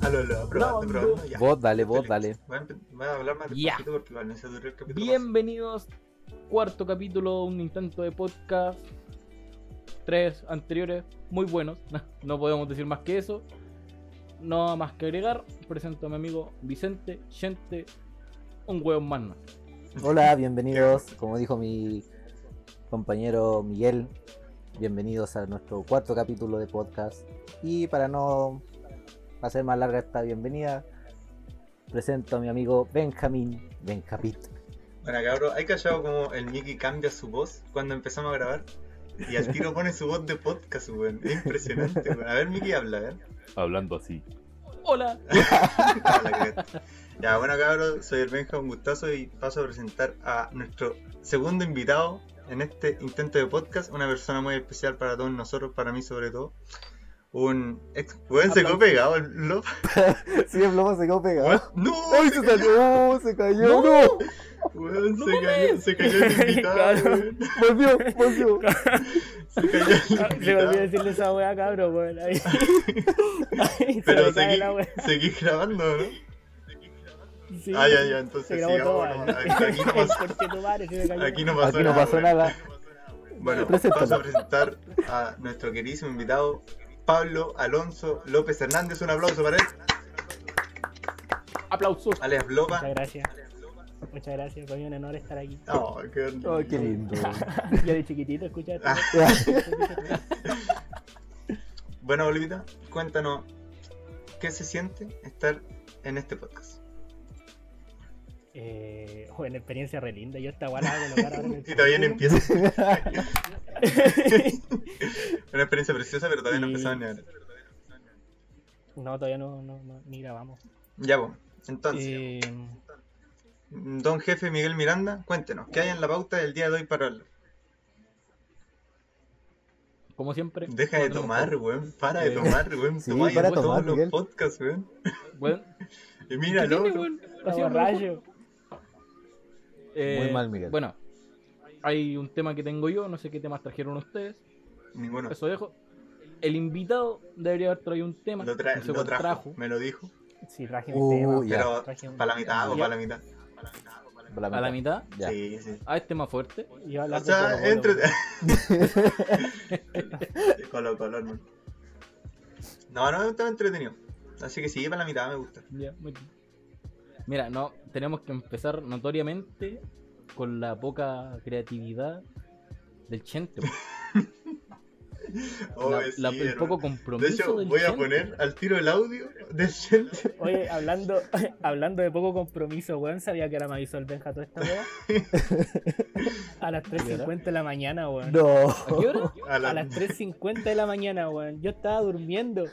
Aló, Ah, lo, probando, No, probando, ya. Vos dale, vos Dale. dale. Voy a, empe- voy a hablar más Ya. despacito porque lo necesito durar el capítulo. Bienvenidos, cuarto capítulo, un intento de podcast. Tres anteriores, muy buenos. No podemos decir más que eso. No más que agregar. Presento a mi amigo Vicente, gente, un hueón más. no. Hola, bienvenidos. Como dijo mi compañero Miguel, bienvenidos a nuestro cuarto capítulo de podcast. Y para no hacer más larga esta bienvenida, presento a mi amigo Benjamín Benjapit. Bueno, cabrón, ¿hay cachado como el Mickey cambia su voz cuando empezamos a grabar? Y al tiro pone su voz de podcast, weón. Es impresionante, weón. A ver, Mickey, habla, ¿eh? hablando así. Hola, Ah, la cagaste. ya, bueno, cabrón, soy el Benja, un gustazo y paso a presentar a nuestro segundo invitado en este intento de podcast. Una persona muy especial para todos nosotros, para mí sobre todo. Un ex. Weón, se quedó Aplausos. pegado el Lop. Sí, el plomo se quedó Weón, pegado. ¡No! ¡Ay, se se cayó! ¡Se cayó! ¡No! Weón, ¡No se cayó, mames! se cayó el invitado, Claro. weón. ¡Volvió! ¡Volvió! Se cayó el Ah, Se me invitado. olvidó decirle esa weá, cabrón, weón. Ahí. Ahí se Pero me cae seguí, la weá. seguí grabando, ¿no? Sí. Ah, ya, ya, entonces Se grabó sigamos, todo. bueno, ahora. aquí- aquí no El pasó- conchetumare se me cayó. Aquí no pasó Aquí no nada. pasó weón. nada. Bueno, Preséntalo. vamos a presentar a nuestro queridísimo invitado, Pablo Alonso López Hernández. Un aplauso para él. aplausos. Alex Muchas Blopa. gracias. Muchas gracias, para mí es un honor estar aquí. Oh, qué, ¡Ay, qué lindo! Yo de chiquitito escuché esto. Ah. Bueno, Olivita, cuéntanos, ¿qué se siente estar en este podcast? Eh, bueno, experiencia re linda. Yo esta weá la voy a colocar ahora en el Y todavía no currículum. empieza. Una experiencia preciosa, pero todavía no Y- empezaba ni a hablar. No, todavía no, no, no ni grabamos. Ya, bueno. Entonces, Eh, don jefe Miguel Miranda, cuéntenos, ¿qué hay en la pauta del día de hoy para hablar? Como siempre. Deja no de tenemos tomar, tiempo. weón. Para de Eh, tomar, weón. sí, Toma ya para todos tomar, los Miguel. podcasts, weón. Weón, Y ¿qué míralo. tiene, otro. weón? está Así es, borracho. Eh, Muy mal, Miguel. Bueno, hay un tema que tengo yo, no sé qué temas trajeron ustedes. Ninguno. Eso dejo. El invitado debería haber traído un tema. Lo, tra- no sé lo cuál trajo, trajo. me lo dijo. Sí, traje Uh, un tema. Ya. Pero Traje un- para la mitad, o Ya. para la mitad. A la mitad. Ya. Sí, sí. Ah, es tema fuerte. Iba O a hablar de Colo sea, Colo, entre. weón. color, color, no. No, no, estaba entretenido. Así que sí, para la mitad me gusta. Ya, muy bien. Mira, no, tenemos que empezar notoriamente con la poca creatividad del Chente. po. Oh, La- sí, la- el hermano. poco de compromiso. hecho, del voy a Chente. poner al tiro el audio del gente. Oye, hablando, hablando de poco compromiso, weón, sabía que era me avisó el Benja toda esta weá. A las 3.50 de la mañana, weón. ¿A qué ¡No! hora? A la- A las 3.50 de la mañana, weón. Yo estaba durmiendo.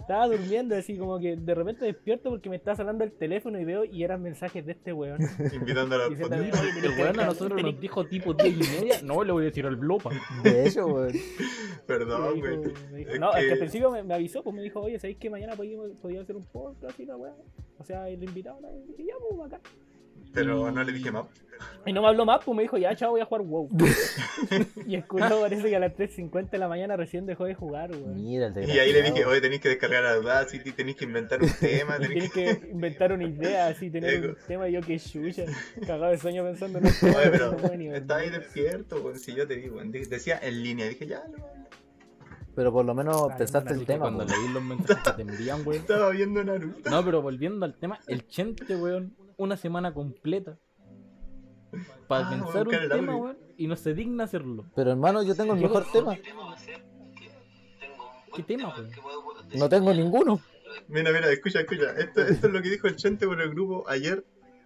Estaba durmiendo así como que de repente despierto porque me estaba sonando el teléfono y veo y eran mensajes de este weón. Invitando a la Y se también, foto. oye, El tenés que weón a descansar, nosotros tenés- nos dijo tipo 10 y media. No, le voy a decir al blopa. De hecho, weón. Perdón, Y me dijo- güey. me dijo- Es no, es que- que al principio me, me avisó, pues me dijo, oye, ¿sabéis que mañana podíamos, podíamos hacer un podcast y la weá? O sea, el invitado, la weá. Y dije, ya, pues, bacán. Pero no le dije más. Y no me habló más, pues me dijo, ya, chao, voy a jugar WoW. y el culo parece que a las 3.50 de la mañana recién dejó de jugar, weón. Mira el Y ahí le dije, desgraciado. oye, tenéis que descargar Audacity, tenéis que inventar un tema, Y tenéis Tienes que... que inventar una idea, así, tener un Ego. tema, y yo que chucha, cagado de sueño pensando en esto. Eh, Oye, pero No, ni- está ahí despierto, weón. Si yo te digo, weón. De- decía en línea, dije, ya, lo voy a hablar. Pero por lo menos Ay, pensaste una el Así que tema. cuando weón. leí los mensajes que te envían, weón. estaba viendo Naruto. No, pero volviendo al tema, el Chente, weón, una semana completa para Ah, pensar buscar un el tema, audio. weón, y no se digna hacerlo. Pero hermano, yo tengo el Yo- mejor tema. ¿Qué tema, weón? No tengo ninguno. Mira, mira, escucha, escucha. Esto, esto es lo que dijo el Chente por el grupo ayer.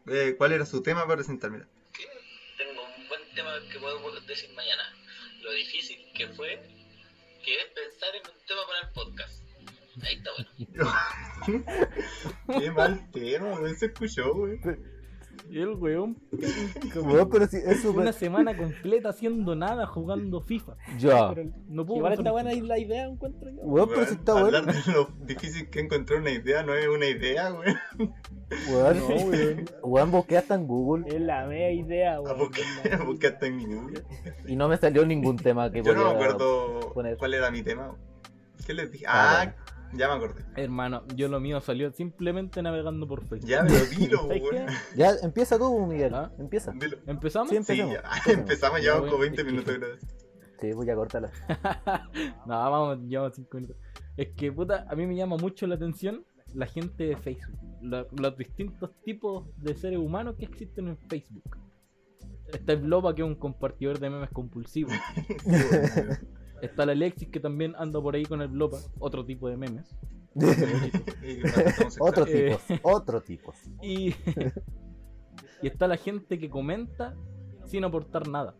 Eh, ¿Cuál era su tema para presentar? Mira. tengo un buen tema que podemos decir mañana. Lo difícil que fue, que es pensar en un tema para el podcast. Ahí está bueno. Qué mal tema, weón. Se escuchó, weón. Y el weón, Weón, pero sí, es una súper. semana completa haciendo nada, jugando FIFA. Ya. pero Ah, No puedo. Igual pensar está en buena nada. ahí la idea, encuentro yo. Weón, pero sí Weón, está Hablar bueno. de lo difícil que encontrar una idea no es una idea, weón. Weón, No, weón. weón, busqué hasta en Google Es la media idea, Ah, weón. Porque Es la- porque hasta en YouTube. y no me salió ningún tema que Yo no me pudiera- acuerdo poner. cuál era mi tema. ¿Qué les dije? Ah, Ah, Ya me acordé. Hermano, yo lo mío salió simplemente navegando por Facebook. Ya, pero dilo, ¿Sabes qué? weón. Ya, empieza tú, Miguel. ¿Ah? Empieza. Dilo. ¿Empezamos? Sí, Sí, empecemos. ya. Empezamos, Ya, llevamos weón, como 20 es que- minutos, creo. Sí, voy a cortarla. no, vamos, llevamos 5 minutos. Es que, puta, a mí me llama mucho la atención la gente de Facebook. la- los distintos tipos de seres humanos que existen en Facebook. Está el Bloba, que es un compartidor de memes compulsivos. Está la Alexis, que también anda por ahí con el Bloba, otro tipo de memes. Y que pasa, estamos otro sentados. Eh. tipo, otro tipo. Y, y está la gente que comenta sin aportar nada.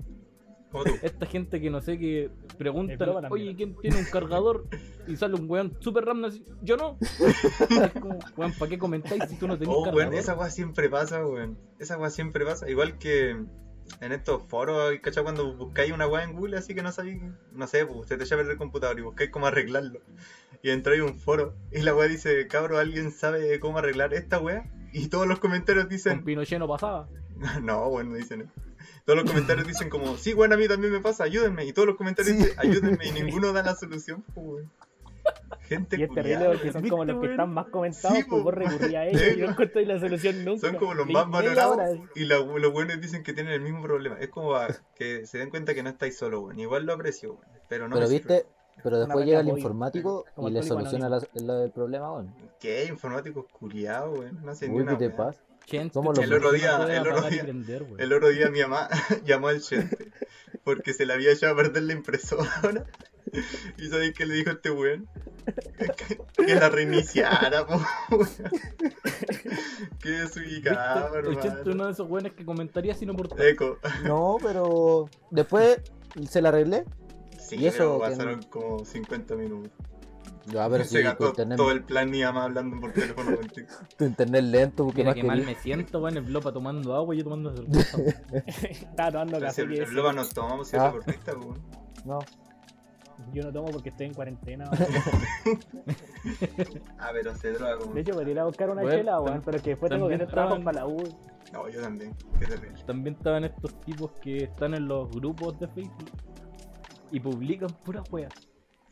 Como tú. Esta gente que no sé, que pregunta, Es broma también. oye, ¿quién tiene un cargador? Y sale un weón super random así, yo no. Es como, weón, ¿para qué comentáis si tú no tenés Oh, weón, cargador? esa weá siempre pasa, weón. Esa weá siempre pasa. Igual que en estos foros, ¿cachai? Cuando buscáis una weá en Google, así que no sabéis, no sé, pues, usted te echa a perder el computador y buscáis cómo arreglarlo. Y entráis a un foro y la weá dice, cabro, ¿alguien sabe cómo arreglar esta weá? Y todos los comentarios Con dicen, Pinochet no pasaba. no, weón, no dicen eso. Todos los comentarios dicen como, sí, weón, a mí también me pasa, ayúdenme. Y todos los comentarios Sí. dicen, ayúdenme y ninguno da la solución, pues, weón. Gente Y es terrible culiada. porque son como los que ¿Viste, están más comentados, Sí, pues vos po. recurrí a ellos y Sí, no encontré la solución nunca. Son como los Ni- más ni valorados ahora. y la- los buenos dicen que tienen el mismo problema. Es como a- que se den cuenta que no estáis solo, weón. Igual lo aprecio, weón. Pero no pero me viste, pero después red de llega el apoyo, informático como y le alcohólico soluciona la- la- el problema, weón. sirve. ¿Qué? Informáticos culiados, weón. No hacen ni Uy, ¿qué una te weá. pasa? Chente, Somos los tú no El otro día- puedes el otro apagar y día- prender, weón. El otro día mi mamá llamó al chente porque se le había echado a perder la impresora. ¿Y sabéis qué le dijo este weón? Que, que la reiniciara, po, weón. Qué ¿Viste? desubicado, El Chente es hermano. uno de esos weones que comentaría sin aportar. Eco. No, pero después se la arreglé. Sí, Y eso pero que- pasaron como 50 minutos. Ya, a ver se si tu pues, gastó internet, todo el plan mi mamá hablando por teléfono contigo. tu internet lento, porque Mira más que querí. mal me siento, weón, el blopa tomando agua y yo tomando cerveza. weón. Estaba tomando Entonces, café. el, que el es- Loba nos tomamos siete Ah. por pista, weón. No, Yo no tomo porque estoy en cuarentena. Ah, pero se droga como. De hecho, podría ir a buscar una Bueno, chela, tam- weón, pero que después tengo que también hacer trabajos estaban- para la U. No, yo también. Qué terrible. También estaban estos tipos que están en los grupos de Facebook y publican puras weas.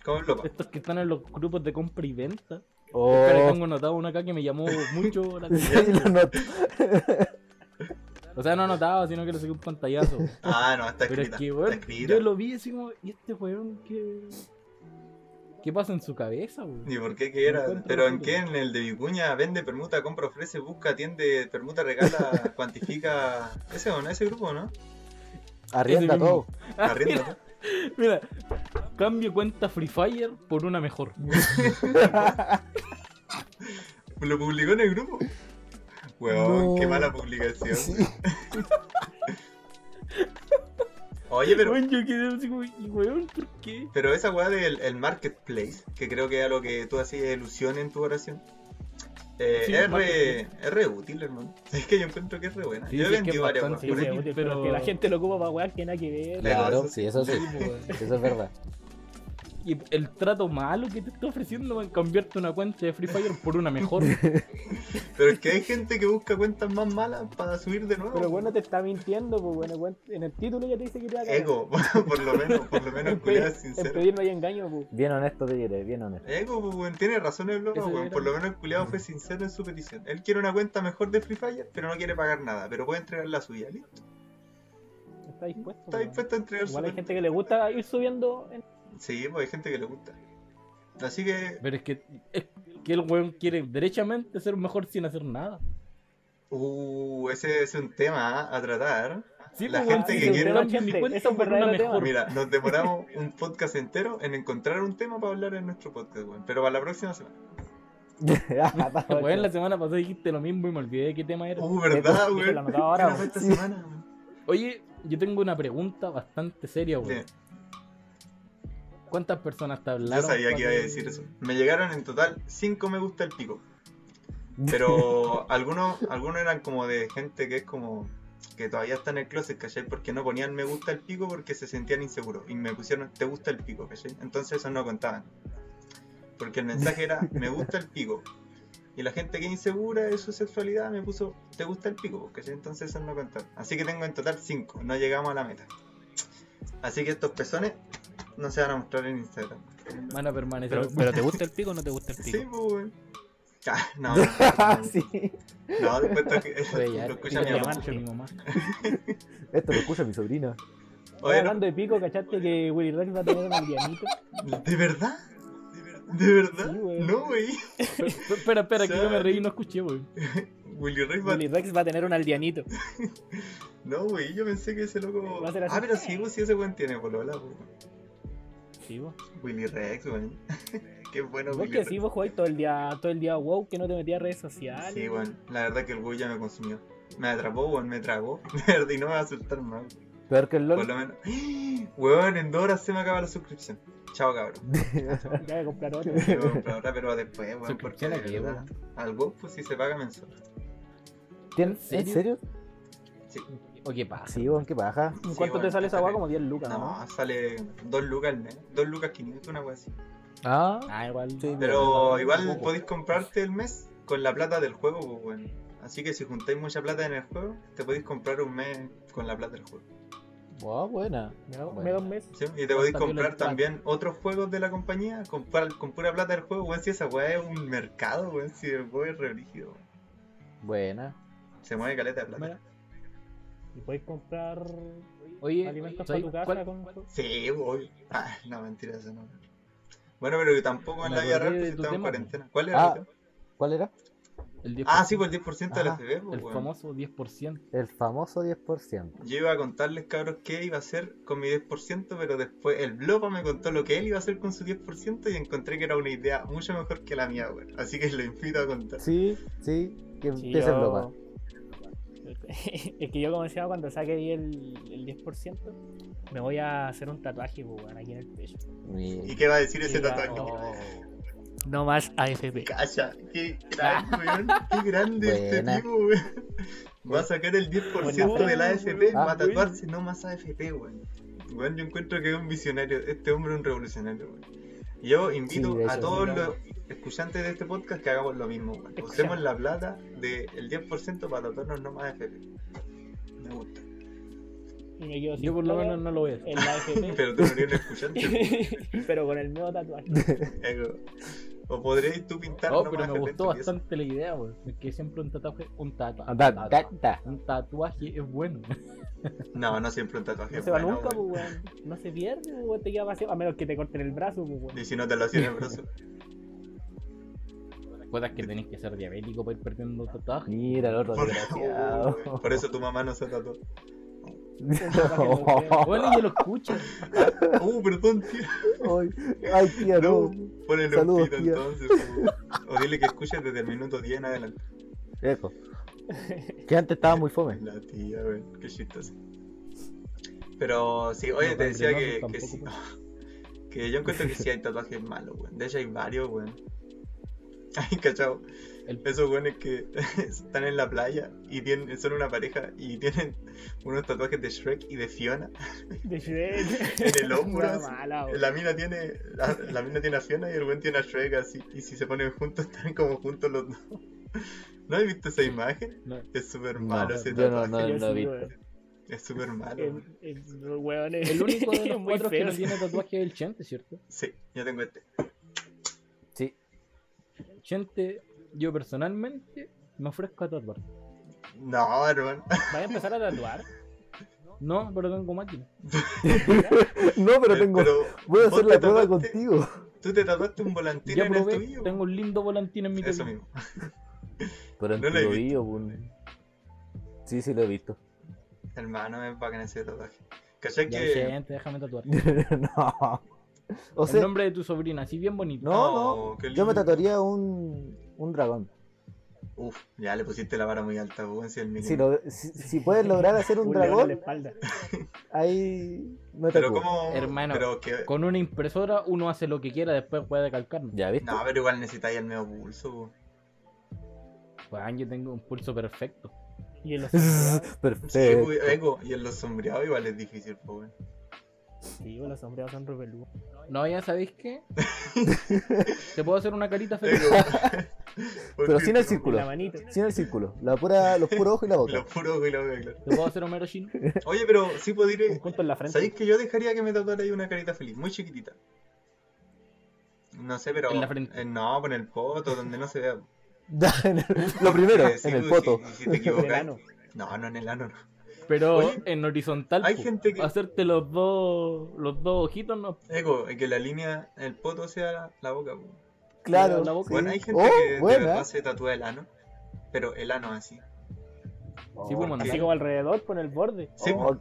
¿Cómo el Loba? Estos que están en los grupos de compra y venta. Espera, oh, tengo anotado una acá que me llamó mucho la atención. sí, lo noto. O sea, no anotaba, sino que le saqué un pantallazo. Ah, no, está Pero es escrita. que, está weón, escrita. yo lo vi así como, ¿y este weón qué. ¿Qué pasa en su cabeza, weón? Ni por qué que era. No encuentro Pero en lógica. qué? En el de Vicuña vende, permuta, compra, ofrece, busca, atiende, permuta, regala, cuantifica. Ese o no, ese grupo, ¿no? Arrienda Ese mismo. todo. Ah, Arrienda. mira, mira, cambio cuenta Free Fire por una mejor. Lo publicó en el grupo. Weón, No. qué mala publicación. Sí. Oye, pero. Weón, yo quedé así como, ¿y weón por qué? Pero esa weá del el marketplace, que creo que es a lo que tú hacías ilusión en tu oración, eh, Sí, es, el re, es re útil, hermano. Es que yo encuentro que es re buena. Sí, yo he sí, es que es vendido varias weas bastante Sí, por sí, útil. ahí. útil, pero- pero que la gente lo ocupa para weas que nada que ver. Claro, Claro, eso sí, eso sí. Sí, weón. Eso es verdad. Y el trato malo que te está ofreciendo en cambiarte una cuenta de Free Fire por una mejor. Pero es que hay gente que busca cuentas más malas para subir de nuevo. Pero bueno, te está mintiendo, pues bueno, weón, en el título ya te dice que te va a cagar. Ego, por lo menos, por lo menos, En culiar pedir- en sincero. pedir no hay engaño, pues. Bien honesto te diré, bien honesto. Ego, pues, weón, tiene razón el loco, Eso weón. era. Por lo menos el culiado fue sincero en su petición. Él quiere una cuenta mejor de Free Fire, pero no quiere pagar nada. Pero puede entregar la suya, ¿listo? Está dispuesto. Está weón. dispuesto a entregar su Igual hay cuenta. gente que le gusta ir subiendo. en- Sí, pues hay gente que le gusta. Así que, Pero es que, es que el weón quiere derechamente ser mejor sin hacer nada. uh, ese es un tema a tratar. Sí, La pues, weón, gente si que se quiere- cambia mi Gente, cuenta eso es por una verdadero tema. mejor. Mira, nos demoramos un podcast entero en encontrar un tema para hablar en nuestro podcast, weón. Pero para la próxima semana. Weón, la semana pasada dijiste lo mismo y me olvidé de qué tema era. Uh, ¿verdad, Eso lo weón? anotaba ahora, Era para weón. esta semana, weón. Oye, yo tengo una pregunta bastante seria, weón. Sí, ¿Cuántas personas te hablaron? Yo sabía para que iba a decir eso. Me llegaron en total 5 me gusta el pico. Pero algunos, algunos eran como de gente que es como que todavía está en el closet, ¿cachai? Porque no ponían me gusta el pico porque se sentían inseguros. Y me pusieron te gusta el pico, ¿cachai? Entonces eso no contaban. Porque el mensaje era me gusta el pico. Y la gente que es insegura de su sexualidad me puso te gusta el pico, ¿cachai? Entonces eso no contaban. Así que tengo en total 5, no llegamos a la meta. Así que estos pezones no se van a mostrar en Instagram. Van a permanecer. Pero, pero ¿te gusta el pico o no te gusta el pico? Sí, pues, weón. Ah, no, no, sí. no, después to- eso Oye, ya, lo Pico escucha mi de mamá. diamante, mi mamá. Esto lo escucha mi sobrina. Oye, no, hablando de pico, ¿cachaste que Willy Rex va a tener un pianito? ¿de verdad? ¿De verdad? Sí, weón. No, wey. Pero- pero- Espera, espera, que yo me reí y no escuché, weón. Willy Ray va- Willy Rex va a tener un aldeanito. No, wey, yo pensé que ese loco. Va a ser así. Ah, pero sí, pues, sí, ese weón tiene polola, weón. Sí, vos. Willy Rex, weón. Qué bueno, Vos Willy que Rex. sí, vos jugáis todo el día, todo el día wow, que no te metías a redes sociales. Sí, weón. La verdad que el Willy ya me consumió. Me atrapó, weón, me tragó. De verdad, y no me va a soltar más. weón. Peor que el Por LOL. lo menos. ¡Ah! Weón, en dos horas se me acaba la suscripción. Chao, cabrón. Ya voy a comprar otro. Yo voy a comprar otra, pero después, weón, porque ¿Suscripción a qué, de verdad, al WoW, pues si se paga mensual. ¿Tien- ¿En ¿En serio? serio? Sí. O qué pasa. Sí, weón, qué paja. ¿En Sí, cuánto weón, te sale esa weá? sale- Como 10 lucas, ¿no? No, sale 2 lucas al mes. 2 lucas 500, una weá así. Ah, Ah, igual. Sí, Pero igual tampoco. podéis comprarte el mes con la plata del juego, pues bueno. Así que si juntáis mucha plata en el juego, te podéis comprar un mes con la plata del juego. wow, buena. Me da- me Buena. da un mes. ¿sí? Y te podéis Hasta comprar Violet Park. también otros juegos de la compañía con, par- con pura plata del juego, weón. Si esa weá es un mercado, weón. Si el juego es re brígido, weón. Buena. Se mueve caleta de plata. Mira. Y puedes comprar Oye, alimentos para ¿sabes tu casa cuál- con juegos. Sí, voy. Ah, no, mentira, eso no. Bueno, pero que tampoco en Me la vida acordé real, pues de si tu estamos en tema, cuarentena. ¿Cuál era? Ah, el tema? ¿Cuál era? El 10%, Ah, sí, pues el 10% del Ajá, FB, pues El weón. famoso 10%. El famoso 10%. Yo iba a contarles, cabros, qué iba a hacer con mi 10%, pero después el Blopa me contó lo que él iba a hacer con su 10% y encontré que era una idea mucho mejor que la mía, weón. Así que lo invito a contar. Sí, sí, que Sí, oh. empieza yo- el Lopa. Es que yo, como decía, cuando saque ahí el, el 10%, me voy a hacer un tatuaje, pues, weón, aquí en el pecho. ¿Y Mi- qué va a decir ese Mira, tatuaje? no. No más AFP. Calla, qué grande, weón. Qué grande Buena. este tipo, weón. Va a sacar el 10% Buena. del AFP, Ah, va a tatuarse no más AFP, weón. Weón, yo encuentro que es un visionario. Este hombre es un revolucionario, weón. Yo invito Sí, de a hecho, todos sí. los escuchantes de este podcast que hagamos lo mismo, weón. Usemos la plata del 10% para tatuarnos no más AFP. Me gusta. Y me quedo sin Yo por lo plata menos no lo voy a hacer. en la AFP. Pero tú no eres un escuchante, pero con el nuevo tatuaje. weón. O podrías tú pintar Oh, no pero más me AFP en gustó tu pieza. bastante la idea, weón. Es que siempre un tatuaje, un tatuaje. Da- da- da. Un tatuaje es bueno. No, no siempre un tatuaje. No es se va bueno, nunca, pues, weón. weón. No se pierde, pues, weón. Te queda vacío. A menos que te corten el brazo, pues, weón. Y si no te lo hacían en el brazo. Cosas que tenés que ser diabético para ir perdiendo tatuaje. Mira el otro Por, desgraciado. Oh, por eso tu mamá no se tatuó. Bueno, yo lo escucho. Uh, perdón, tía. Ay, Ay, tía, no. No, ponele un Saludos, pito tía. entonces. O, o dile que escuches desde el minuto 10 en adelante. Eso. Que antes estaba muy fome. La tía, güey, qué chistoso. Pero sí, oye, No, te decía no, que, tampoco, pues. que sí. Que yo encuentro que sí hay tatuajes malos, güey. De hecho hay varios, güey. Ay, cachao. El- Esos güeyes que están en la playa y tienen, son una pareja y tienen unos tatuajes de Shrek y de Fiona. De Shrek. En el hombro, Una así. mala, weón. La mina tiene la, la mina tiene a Fiona y el buen tiene a Shrek así y si se ponen juntos están como juntos los dos. ¿No has visto esa imagen? No. Es súper No, malo ese yo no, tatuaje. no, Yo no he sí, visto. weón. Es súper malo. güey. El- el- weón, es- El único de es los muy cuatro que feo. no tiene tatuaje es el Chente, ¿cierto? Sí, yo tengo este. Sí, Chente, yo personalmente me ofrezco a tatuar. No, hermano. Vaya a empezar a tatuar. No, pero tengo máquina. No, pero tengo. Voy a vos hacer te la prueba tatuaste- contigo. Tú te tatuaste un volantín Ya en el probé, tobillo. tengo un lindo volantín en mi Eso tobillo. mismo. Pero en No tu lo he tobillo, pun. Sí, sí, lo he visto. Hermano, es bacán ese tatuaje. ¿Cachai Ya, que? Chente, déjame tatuar. no. O el sea, nombre de tu sobrina, así bien bonito. no, Oh, no. qué Yo me lindo. tatuaría un, un dragón. Uf, ya le pusiste la vara muy alta, güey, si el mínimo. Si, lo- si, si puedes lograr hacer un Un león en la dragón, espalda. ahí me Pero tatúo. como. Hermano. Pero que. Con una impresora uno hace lo que quiera, después puede calcarnos. ¿Ya viste? No, pero igual necesitáis el medio pulso, güey. Pues yo tengo un pulso perfecto. Y el Sí, Perfecto. güey, vengo. Y en los sombreados igual es difícil, po, güey. Sí, los sombreros son repeludos. No, ya sabéis qué. Te puedo hacer una carita feliz. Pero, Pero sin el Y círculo. la manito. Sin el círculo. La pura, los puros ojos y la boca. Lo puro güey, lo güey, claro. Te puedo hacer Homero Chino. Oye, pero sí eh, Un podría. punto en la frente. ¿Sabéis que yo dejaría que me tatuara ahí una carita feliz? Muy chiquitita. No sé, pero. En la frente. eh, no, por el poto, donde no se vea. Lo primero, Eh, sí, en el pues, poto. Si, si te En el equivocas. ano. No, no en el ano. no. Pero Oye, en horizontal, hay po, gente que- hacerte los dos, los dos ojitos, no. Eco, eh, que la línea, el poto sea la, la boca. pues. Claro. la boca. sí. Bueno, hay gente Oh, que de buena. verdad se tatúa el ano. Pero el ano así. Oh, Sí, pues, man, ¿qué? Así como alrededor, con el borde. Sí, oh,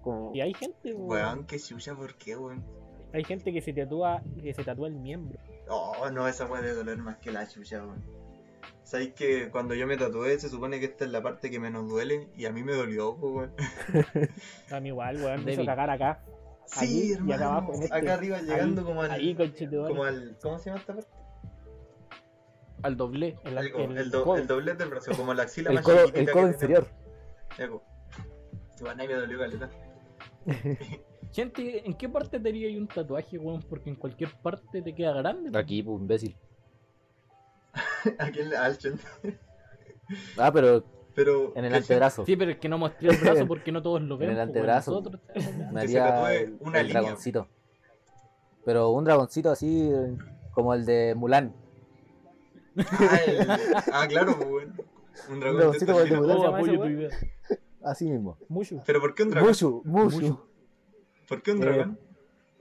como- Y hay gente, weón. Weón, qué chucha, ¿por qué, weón? Hay gente que se tatúa, que se tatúa el miembro. Oh, no, esa puede doler más que la chucha, weón. Sabéis que cuando yo me tatué, se supone que esta es la parte que menos duele. Y a mí me dolió, pues, weón. A mí igual, weón, me hizo Débil. cagar acá. Sí, y hermano. acá abajo, en este. Acá arriba, llegando ahí, como al. Ahí, conchetumare. como al. ¿Cómo se llama esta parte? Al doble. El, Ahí como El, do- codo. el doblez del brazo, como la axila El más codo, chiquitita el que codo tiene. inferior. Ya, po. Igual ahí me dolió caleta. Gente, ¿en qué parte te haría ahí un tatuaje, weón? Porque en cualquier parte te queda grande. po. Aquí, pues, imbécil. Aquí en la al chente. Ah, pero Pero. en el que se- antebrazo. Sí, pero es que no mostré el brazo porque no todos lo En ven. el po, weón. antebrazo. Nosotros tenemos- Me que se haría tatúe el, una el línea. dragoncito. Pero un dragoncito así como el de Mulan. Ah, el- ah, claro, pues, weón. Un dragón. de dragoncito con el estos tiburón. chinos. Oh, llama ese apoyo tu weón? idea. Así mismo. Mushu. Pero ¿por qué un dragón? Mushu, Mushu. ¿Por qué un Eh, dragón?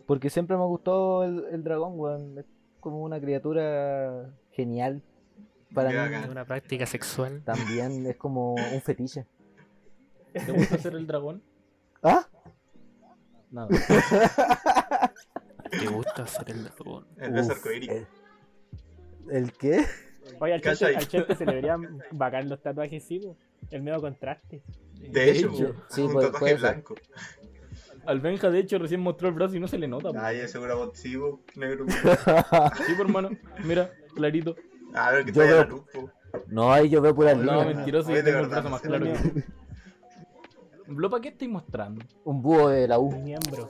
Porque siempre me gustó el, el dragón, weón. Es como una criatura genial. Para Qué mí bacán. Una práctica sexual. también es como un fetiche. ¿Te gusta hacer el dragón? ¿Ah? Nada. Te gusta hacer el dragón. El beso Eh, Uf, arcoíris. ¿El, el qué? Oye, al Calla chente, ahí. al chente se le verían bacán los tatuajes, sí, weón. El medio contraste. De hecho, hecho, pues, sí, un puede- tatuaje puede ser. blanco. Al Benja, de hecho, recién mostró el brazo y no se le nota. po. Ay, ese era negro. Sí, po, hermano. Mira, clarito. A ver, Ah, que Yo trae la veo- luz, po. No, ahí yo veo pura No, No, verdad. línea. mentiroso, Oye, yo de tengo el verdad, brazo más no claro El que miembro. Blopa, ¿qué estoy mostrando? Un búho de la El U. miembro.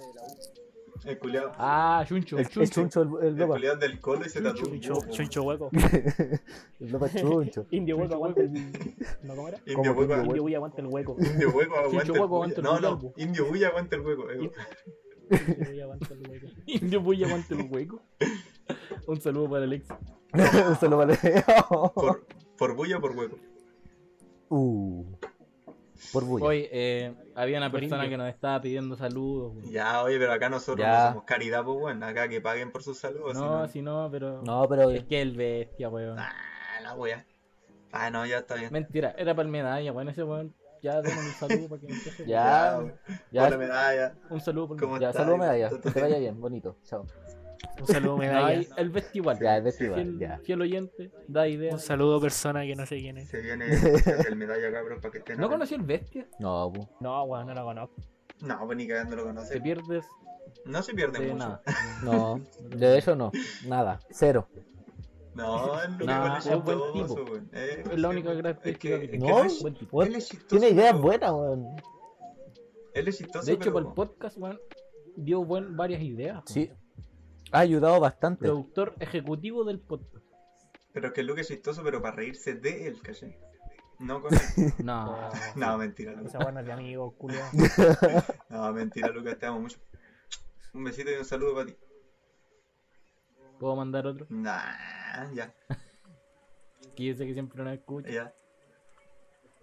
El culiado. Ah, Chuncho, Es es Chuncho. chuncho el, el El blopa. culiado del colo y se tatuó un Chuncho, huevo. chuncho hueco. El blopa es chuncho. Indio hueco Chuncho aguanta el. ¿No cómo era? Indio Como hueco, Indio hueco aguanta el hueco. indio hueco, aguanta el hueco, bulla. aguanta el No, bulla, no, po. indio bulla, aguanta el hueco. eh, Indio bulla aguanta el hueco. Indio voy aguante el hueco. Un saludo para Alex. Un solo paleo. Por, por bulla o por hueco. Uh. Por bulla. Hoy eh, había una Por persona indio. que nos estaba pidiendo saludos. güey. Ya, oye, pero acá nosotros Ya. no somos caridad, pues bueno, acá que paguen por sus saludos. si No, si no, pero. No, pero Es que el bestia, weón. Pues Ah, la wea. Ah, no, ya está bien. Mentira, era para el medalla, weón. Ese weón. Ya demos un saludo para que empiece. ya. Ya, la Ya, medalla. Un saludo por ¿Cómo ya estás? saludo medalla. Que te vaya bien, bonito. Chao. Un saludo medalla. Ay, El bestia igual. Ya, es festival. Fiel, Ya. fiel oyente, da Un ideas. saludo persona que no sé quién es. Se viene el medalla, cabrón, para que estén. ¿No atentos. conoció el bestia? No, bu. No, weón, no lo conozco. No, pues ni cagando lo Te conoce. pierdes No se pierde de mucho. nada. No. De hecho, no. Nada. Cero. No, es lo No, que es buen tipo. weón. Eh, Es la única es característica que- que, es tiene. que No, él es- Buen tipo. What? Él es chistoso. Tiene ideas pero- buenas, weón. Él es chistoso. De hecho, pero- para el podcast, weón, dio buen, varias ideas. weón. Sí. Ha ayudado bastante. Productor ejecutivo del podcast. Pero que el look es chistoso, pero para reírse de él, caché. No con él. Ah. No. No, mentira, Lucas. Esa weón no es de amigos, culo. No, mentira, Lucas, te amo mucho. Un besito y un saludo para ti. ¿Puedo mandar otro? Nah, ya, Que yo sé que siempre no Eh, escucha. ya.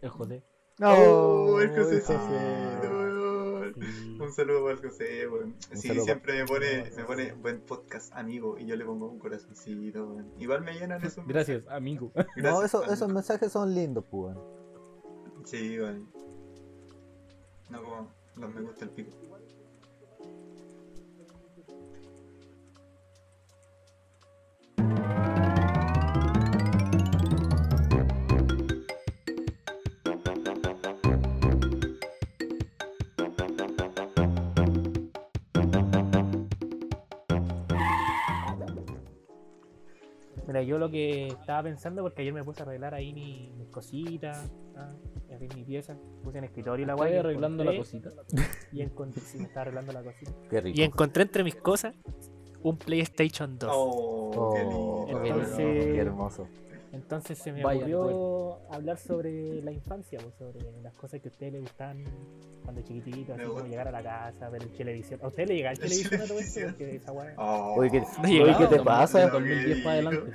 El José. Oh, el José. Josecito, weón. Un saludo para el José, weón. Un Sí, saludo siempre me pone, me pone buen podcast, amigo, y yo le pongo un corazoncito, weón. Igual me llenan eso. Gracias, amigo. No, eso- amigo. esos mensajes son lindos, pues, weón. Sí, weón. No como los me gusta el pico. Mira, yo lo que estaba pensando, porque ayer me puse a arreglar ahí mi- mis cositas, ah, abrí mi pieza, puse en escritorio y la Estoy guay. arreglando la cosita. Y encontré, sí, me estaba arreglando la cosita. Qué rico. Y encontré entre mis cosas un PlayStation 2. Oh, qué lindo. Oh, Entonces- Qué hermoso. Entonces se me Vaya ocurrió hablar sobre la infancia, pues, sobre las cosas que a ustedes les gustaban cuando chiquititos, así Me como gusta. llegar a la casa, ver el televisión. ¿A ustedes les llegaba el El televisión a todo esto? televisión. Porque esa weá- Oh, Oye, ¿qué, No oye, llegaba, ¿qué te no, pasa? Del 2010 para adelante.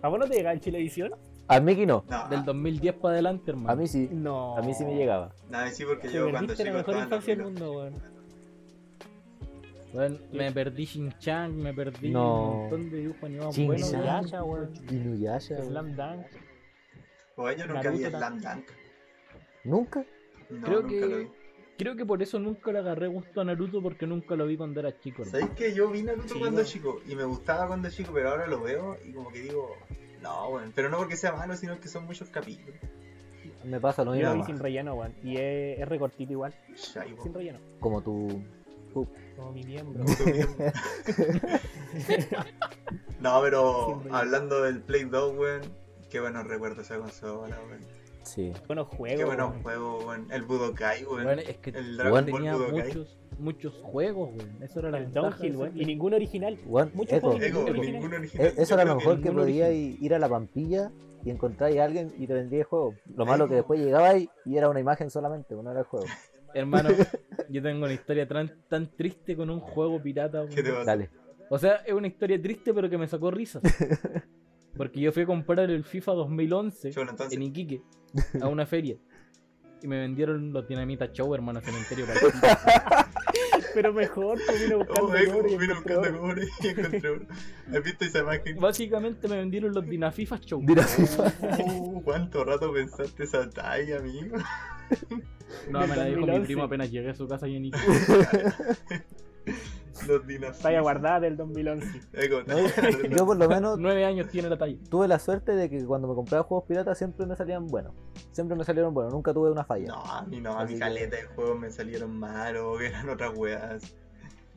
¿A vos no te llegaba el televisión? A Mickey no. no, Del 2010 para adelante, hermano. A mí sí. No. A mí sí me llegaba. nada, sí, porque Te yo cuando perdiste la chico mejor estaba en la infancia del fila. mundo, weón. Weón, me perdí Shin-Chan, me perdí No. un montón de dibujos animados Shin-Chan. buenos. Bueno, weón. Yasha, weón. Inuyasha. güey. Slam Dunk. Oye, yo nunca vi Naruto Slam Dunk. Nunca. No, Creo nunca que- lo vi. Creo que por eso nunca le agarré gusto a Naruto porque nunca lo vi cuando era chico. hermano. ¿Sabéis que yo vi Naruto Sí, cuando bueno. chico? Y me gustaba cuando chico, pero ahora lo veo y como que digo, no, bueno, pero no porque sea malo, sino que son muchos capítulos. Me pasa lo Yo lo vi mismo. sin relleno, weón. Y es, es recortito igual. Ya, y Sin po- relleno. Como tú. Como mi miembro. No, Sin pero relleno. hablando del Play 2, weón, qué buenos recuerdos esa consola, weón. Sí. Buenos Qué juegos. buenos weón. juegos, weón. El Budokai, Weón, weón. es que El Dragon Ball tenía Budokai. muchos, muchos juegos, weón. Eso era la El ventaja de Downhill, ese weón. Y play. ninguno original. Bueno, Muchos eco. juegos. Ego, Original. ninguno original. E- Eso Yo era creo lo que mejor que ninguno podía i- ir a la pampilla y encontrar a alguien y te vendía el juego. Lo malo que Ego. después llegaba y, y era una imagen solamente, no era el juego. Hermano, yo tengo una historia tan, tan triste con un juego pirata, weón. ¿Qué te pasa? Dale. O sea, es una historia triste pero que me sacó risas. Porque yo fui a comprar el FIFA 2011 Chulo, entonces. en Iquique a una feria. Y me vendieron los dinamitas show, hermano, cementerio para Pero mejor, pues vino buscando. Oh, eh, oro y como vino encontró buscando oro. como y encontré uno. ¿Has visto esa imagen? Básicamente me vendieron los dinafifa show. Mira, Oh, ¿Cuánto rato pensaste esa talla, amigo? No, me la dijo mi 2011. primo apenas llegué a su casa y en Iquique. Los dinosaurios. Talla guardada del 2011. Ego, No, yo por lo menos Nueve años tiene la talla. tuve la suerte de que cuando me compraba juegos piratas siempre me salían buenos. Siempre me salieron buenos, nunca tuve una falla. No, a mí no, a Así mi que- caleta de juegos me salieron malos, que eran otras weas.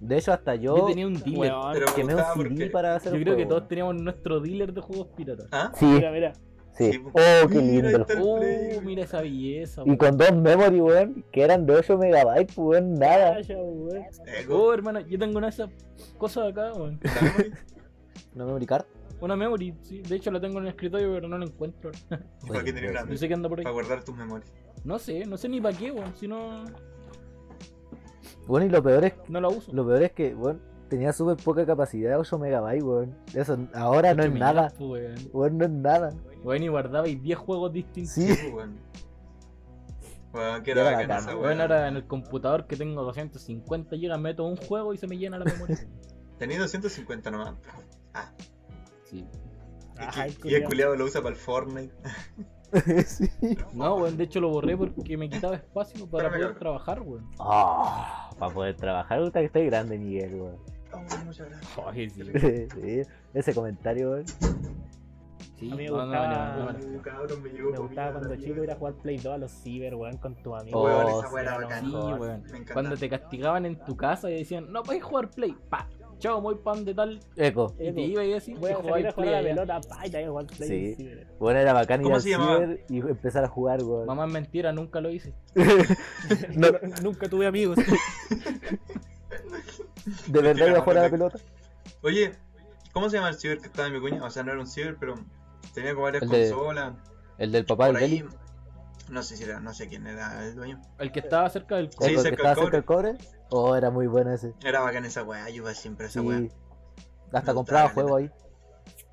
De hecho, hasta yo, Yo tenía un dealer. Weón. Pero me quemé un gustaba CD porque. para hacer Yo el creo que juego. todos teníamos nuestro dealer de juegos piratas. ¿Ah? Sí, Mira, mira. sí. sí. Oh, qué Mira, ahí lindo el está el juego. play, Oh, weón. mira esa belleza. Y weón. con dos memory, weón, que eran de 8 megabytes, pues, weón, nada. Talla, weón. Ego, Oh, hermano, yo tengo una de esas cosas acá, weón. ¿sabes? Una memory card. Una memory, sí. De hecho la tengo en el escritorio, pero no la encuentro. ¿Y ¿Para qué Oye, tener una No sé qué anda por ahí. Para guardar tus memorias. No sé, no sé ni para qué, weón. Si no, Bueno, y lo peor es, no la uso. lo peor es que, weón, tenía súper poca capacidad, 8 megabytes, weón. Eso ahora no es Ocho nada. megas, Weón. Weón, no es nada. pues, Weón, y guardabais 10 juegos distintos. Sí. Sí, pues, weón. Weón, que era Ya era bacana bacán. esa Weón, wea. ahora en el computador que tengo 250 GB meto un juego y se me llena la memoria. Tenía 250 nomás. ah. Sí. Ajá, el Y el culiao. culiado lo usa para el Fortnite. sí. No, weón, de hecho lo borré porque me quitaba espacio para Espérame, poder cabrón. trabajar, weón. Ah, para poder trabajar, gusta que estoy grande, Miguel, weón. Oh, muchas gracias. Ay, sí. Sí, Ese comentario, weón. Sí, A mí me no, no, gustaba- Ah, no, no, no. Uh, cabrón, me llegó Me gustaba comida cuando también. chico ir a jugar Play 2 a los ciber, weón, con tu amigo. Weón, Oh, esa wea era sí, bacana. Sí, Mejor. weón. Me encanta. Cuando te castigaban en tu casa y decían, no puedes jugar play, pa, chao, voy pan de tal. Eco. Y te iba y decir, Eh, pues, Voy que a salir a jugabas play. jugar a la allá. pelota, pa, y también jugar Play Sí. en ciber. Bueno, era bacán ir ¿Cómo al se llamaba? ciber y empezar a jugar, weón. Mamá es mentira, nunca lo hice. No, Nunca tuve amigos. de verdad iba a jugar a la Mentira, pelota. Oye, ¿cómo se llama el ciber que estaba en mi cuña? O sea, no era un ciber, pero tenía como varias El de- consolas. El del papá por del ahí. Beli. No sé si era, no sé quién era el dueño. El que estaba cerca del Sí, Eco, el que cerca estaba del cerca del cobre. Oh, era muy bueno ese. Era bacán esa weá, yo iba siempre a esa Sí. weá. Hasta Me compraba gustaba, juego ahí.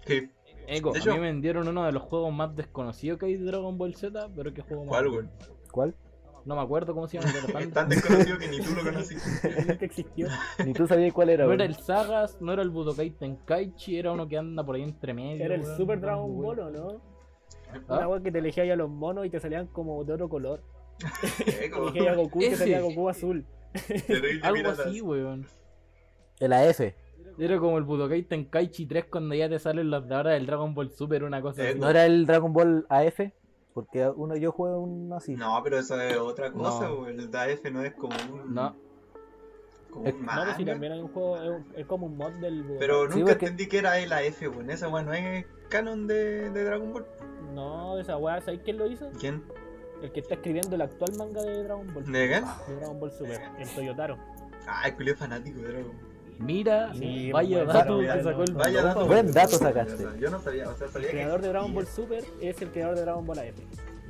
Sí, Eco, De a hecho- mí me vendieron uno de los juegos más desconocidos que hay de Dragon Ball Z, pero que juego más. ¿cuál, weón? ¿Cuál? No me acuerdo cómo se llama. pero Es tanto. tan desconocido que ni tú lo conoces. Nunca existió. Ni tú sabías cuál era, No weón. era el Sagas, no era el Budokai Tenkaichi, era uno que anda por ahí entre medio. Era el weón, Super no, Dragon weón. Ball, ¿o no? ¿Ah? Una weón que te elegía ya los monos y te salían como de otro color. Eh, Te como elegía a Goku y te Ese. salía Goku azul. terrible Algo pirata. así, weón. El AF. Era como el Budokai Tenkaichi 3 cuando ya te salen las de ahora del Dragon Ball Super, una cosa Eh, así. ¿No era el Dragon Ball AF? Porque uno yo jugué uno así. No, pero eso es otra cosa, No. weón. El DAF no es como un. No, Como un No, manga. pero pues si también hay un juego, es, un- es como un mod del. Pero Sí, nunca porque- entendí que era E el AF, weón. Esa weá no es canon de, de Dragon Ball. No, esa weá, ¿sabes quién lo hizo? ¿Quién? El que está escribiendo el actual manga de Dragon Ball. ¿De quién? De Dragon Ball Super, el Toyotaro. Ah, el culio fanático de Dragon Ball. Mira, Sí, pues, vaya bueno, dato mira, que sacó el Vaya Mendoza, dato. Buen porque- dato sacaste. Yo no sabía, o sea, El sabía que creador de Dragon Ball existía. Super es el creador de Dragon Ball AF.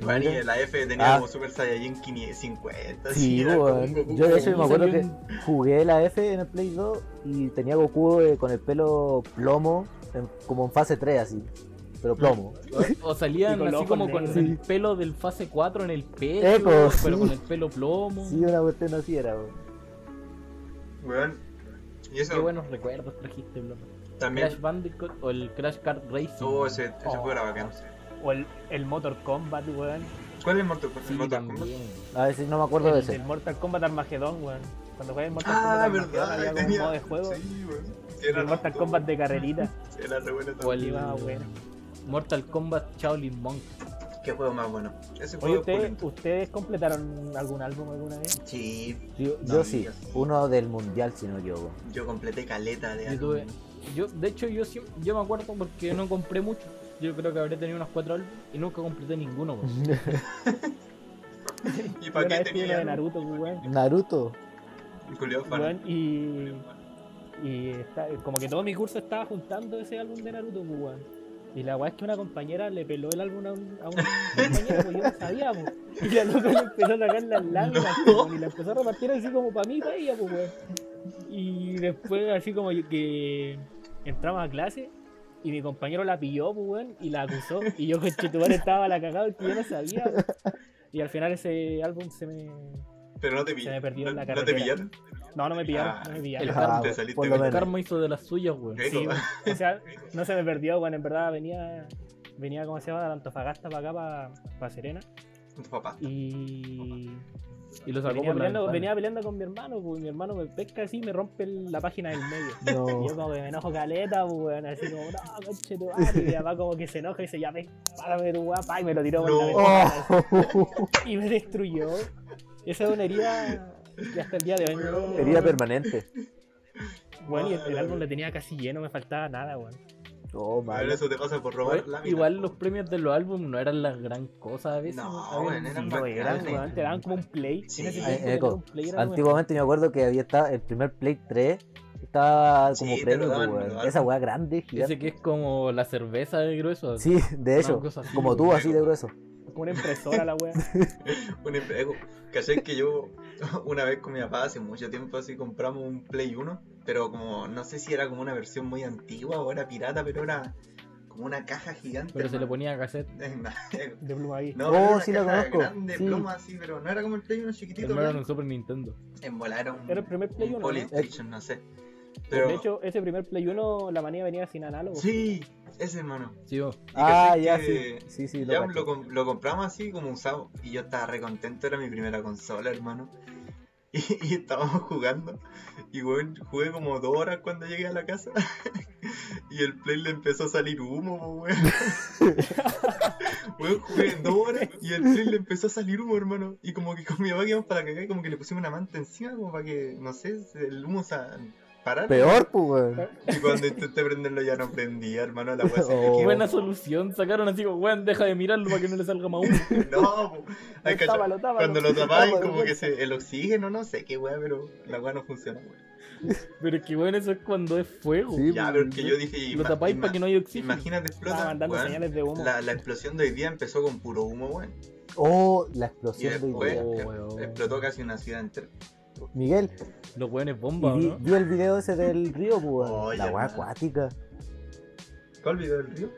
Bueno, y la F tenía Ah. como Super Saiyajin 550. Sí, era como weón. Goku, Yo de hecho Goku. me acuerdo Salió que jugué la F en el Play 2 y tenía Goku eh, con el pelo plomo, en- como en fase 3 así. Pero plomo. Mm. O Y salían con los así ojos como con negros. el pelo del fase 4 en el pecho, Eco, pero Eh, pues, sí. con el pelo plomo. Sí, una cuestión así era, weón. Weón. Y Qué eso buenos recuerdos trajiste, bro. también. Crash Bandicoot o el Crash Kart Racing. Oh, ese, ese Oh. juego era bacán. O el, el Motor Kombat, weón. ¿Cuál es el Mortal Kombat? Sí, ¿El Mortal Kombat? también. A ver si no me acuerdo de El, ese. el Mortal Kombat Armageddon, weón. Cuando juegas Mortal Kombat Ah, Armageddon verdad. había como un tenía- modo de juego. Sí, weón. el Mortal Kombat de carrerita. Era re bueno O también. el Sí, va, bueno. Mortal Kombat Shaolin Monk. Qué juego más bueno. Ese Oye, juego ¿ustedes, opulento. ¿ustedes completaron algún álbum alguna vez? Sí, Yo, No, yo sí, yo sí. uno del mundial, si no yo. weón. yo completé caleta de Yo algo. tuve- Yo, de hecho, yo siem- yo me acuerdo porque no compré mucho. Yo creo que habré tenido unos cuatro álbumes y nunca completé ninguno. weón. ¿Y Yo para una qué vez tuve uno de tenía? Naruto, weón. Naruto. El culiao fan. Mm. Weón, y y está- como que todo mi curso estaba juntando ese álbum de Naruto, pues, weón. Y la weá es que una compañera le peló el álbum a un, a un compañero, pues yo no sabía, pues. Y la loca le empezó a sacar las lágrimas, pues, weón, y la empezó a repartir así como para mí y para ella, pues, weón. Y después así como que entramos a clase y mi compañero la pilló, pues, weón, y la acusó. Y yo con Chitubar estaba la cagada porque yo no sabía, pues. Y al final ese álbum se me... Pero no te Se me pillaron. perdió en la ¿No, te carretera. pillaron? No, no me pillaron, no me Ah, pillaron. el Ah, Te weón, saliste por lo del El menos. karma hizo de las suyas, weón. Rico. Sí, O sea, no se me perdió, bueno, en verdad venía, venía como se llama, de Antofagasta para acá, para, Serena. Tu papá. Y Y lo sacó por la venía peleando, ventana. venía peleando con mi hermano, pues mi hermano me pesca así y me rompe el- la página del medio. No. Y yo como que me enojo caleta, pues, weón, así como, no, conche tu madre", Y mi papá como que se enoja y dice, ya, ves, párame tu guapa, y me lo tiró por la No. ventana. Oh, Y me destruyó. Esa es una herida que hasta el día de hoy. me duele. herida permanente. Bueno, y el, el álbum lo tenía casi lleno, me faltaba nada, weón. Oh, A ver, mal. eso te pasa por robar Weón, láminas. Igual los premios de los álbumes no eran las gran cosas a veces. weón. No, Habían- weón, eran Sí, lo eran, bacanes. weón, Te daban como un play. Sí. En ese Eh, tiempo eh, tener co- un play era como- Antiguamente me acuerdo que había estado el primer Play 3. Estaba como Sí, te lo premio, daban, weón. te lo daban. Esa weá grande, gigante. Dice que es como la cerveza de grueso. Sí, de hecho, Una cosa así, como tú, weón. así de grueso. Como una impresora la wea. Un empleo. Caché que yo una vez con mi papá hace mucho tiempo así compramos un Play 1, pero como no sé si era como una versión muy antigua o era pirata, pero era como una caja gigante. Pero se le hermano. ponía cassette. De pluma ahí. No, Oh, pero era una sí la caja conozco, grande, sí. plomo así, pero no era como el Play 1 chiquitito. Hermano en blanco. el Super Nintendo. En volar era un, Era el primer Play un 1, ¿no? Polystation, no sé. Pero De hecho, ese primer Play 1, la manía venía sin análogo. sí, ese hermano. Sí, weón. Y Ah, caché ya, sí. que- Sí, sí, Ya lo, lo caché. com- lo compramos así como usado y yo estaba re contento, era mi primera consola, hermano. Y, y estábamos jugando y weón, jugué como dos horas cuando llegué a la casa y el play le empezó a salir humo, po, weón. Weón, jugué dos horas y el play le empezó a salir humo, hermano. Y como que con mi papá que íbamos para cagar y como que le pusimos una manta encima como para que, no sé, el humo sa- parara. Peor, pues, weón. Y cuando intenté prenderlo ya no prendía, hermano, la weá se me Oh. quemó. Buena solución. Sacaron así, como, weón, deja de mirarlo para que no le salga más humo. No, po. Ay, cacha- Tápalo, tápalo. Cuando lo tapáis, Estaba como que vergüenza. se, el oxígeno, no sé qué weá, pero la weá no funciona, weón. Pero es que, weón, eso es cuando es fuego. Sí, Ya, weón. pero es que yo dije. pues, Lo ima- tapáis ima- para que no haya oxígeno. Imagínate Estaba explota. mandando weón. señales de humo. La, la explosión de hoy día empezó con puro humo, weón. Oh, la Y explosión de después idea. eh, weón. explotó casi una ciudad entera. Miguel, Los weones y bomba, ¿o vi, ¿no? vi el video ese del río, pues, weón. Oye, La weá hermano. acuática. ¿Cuál video del río?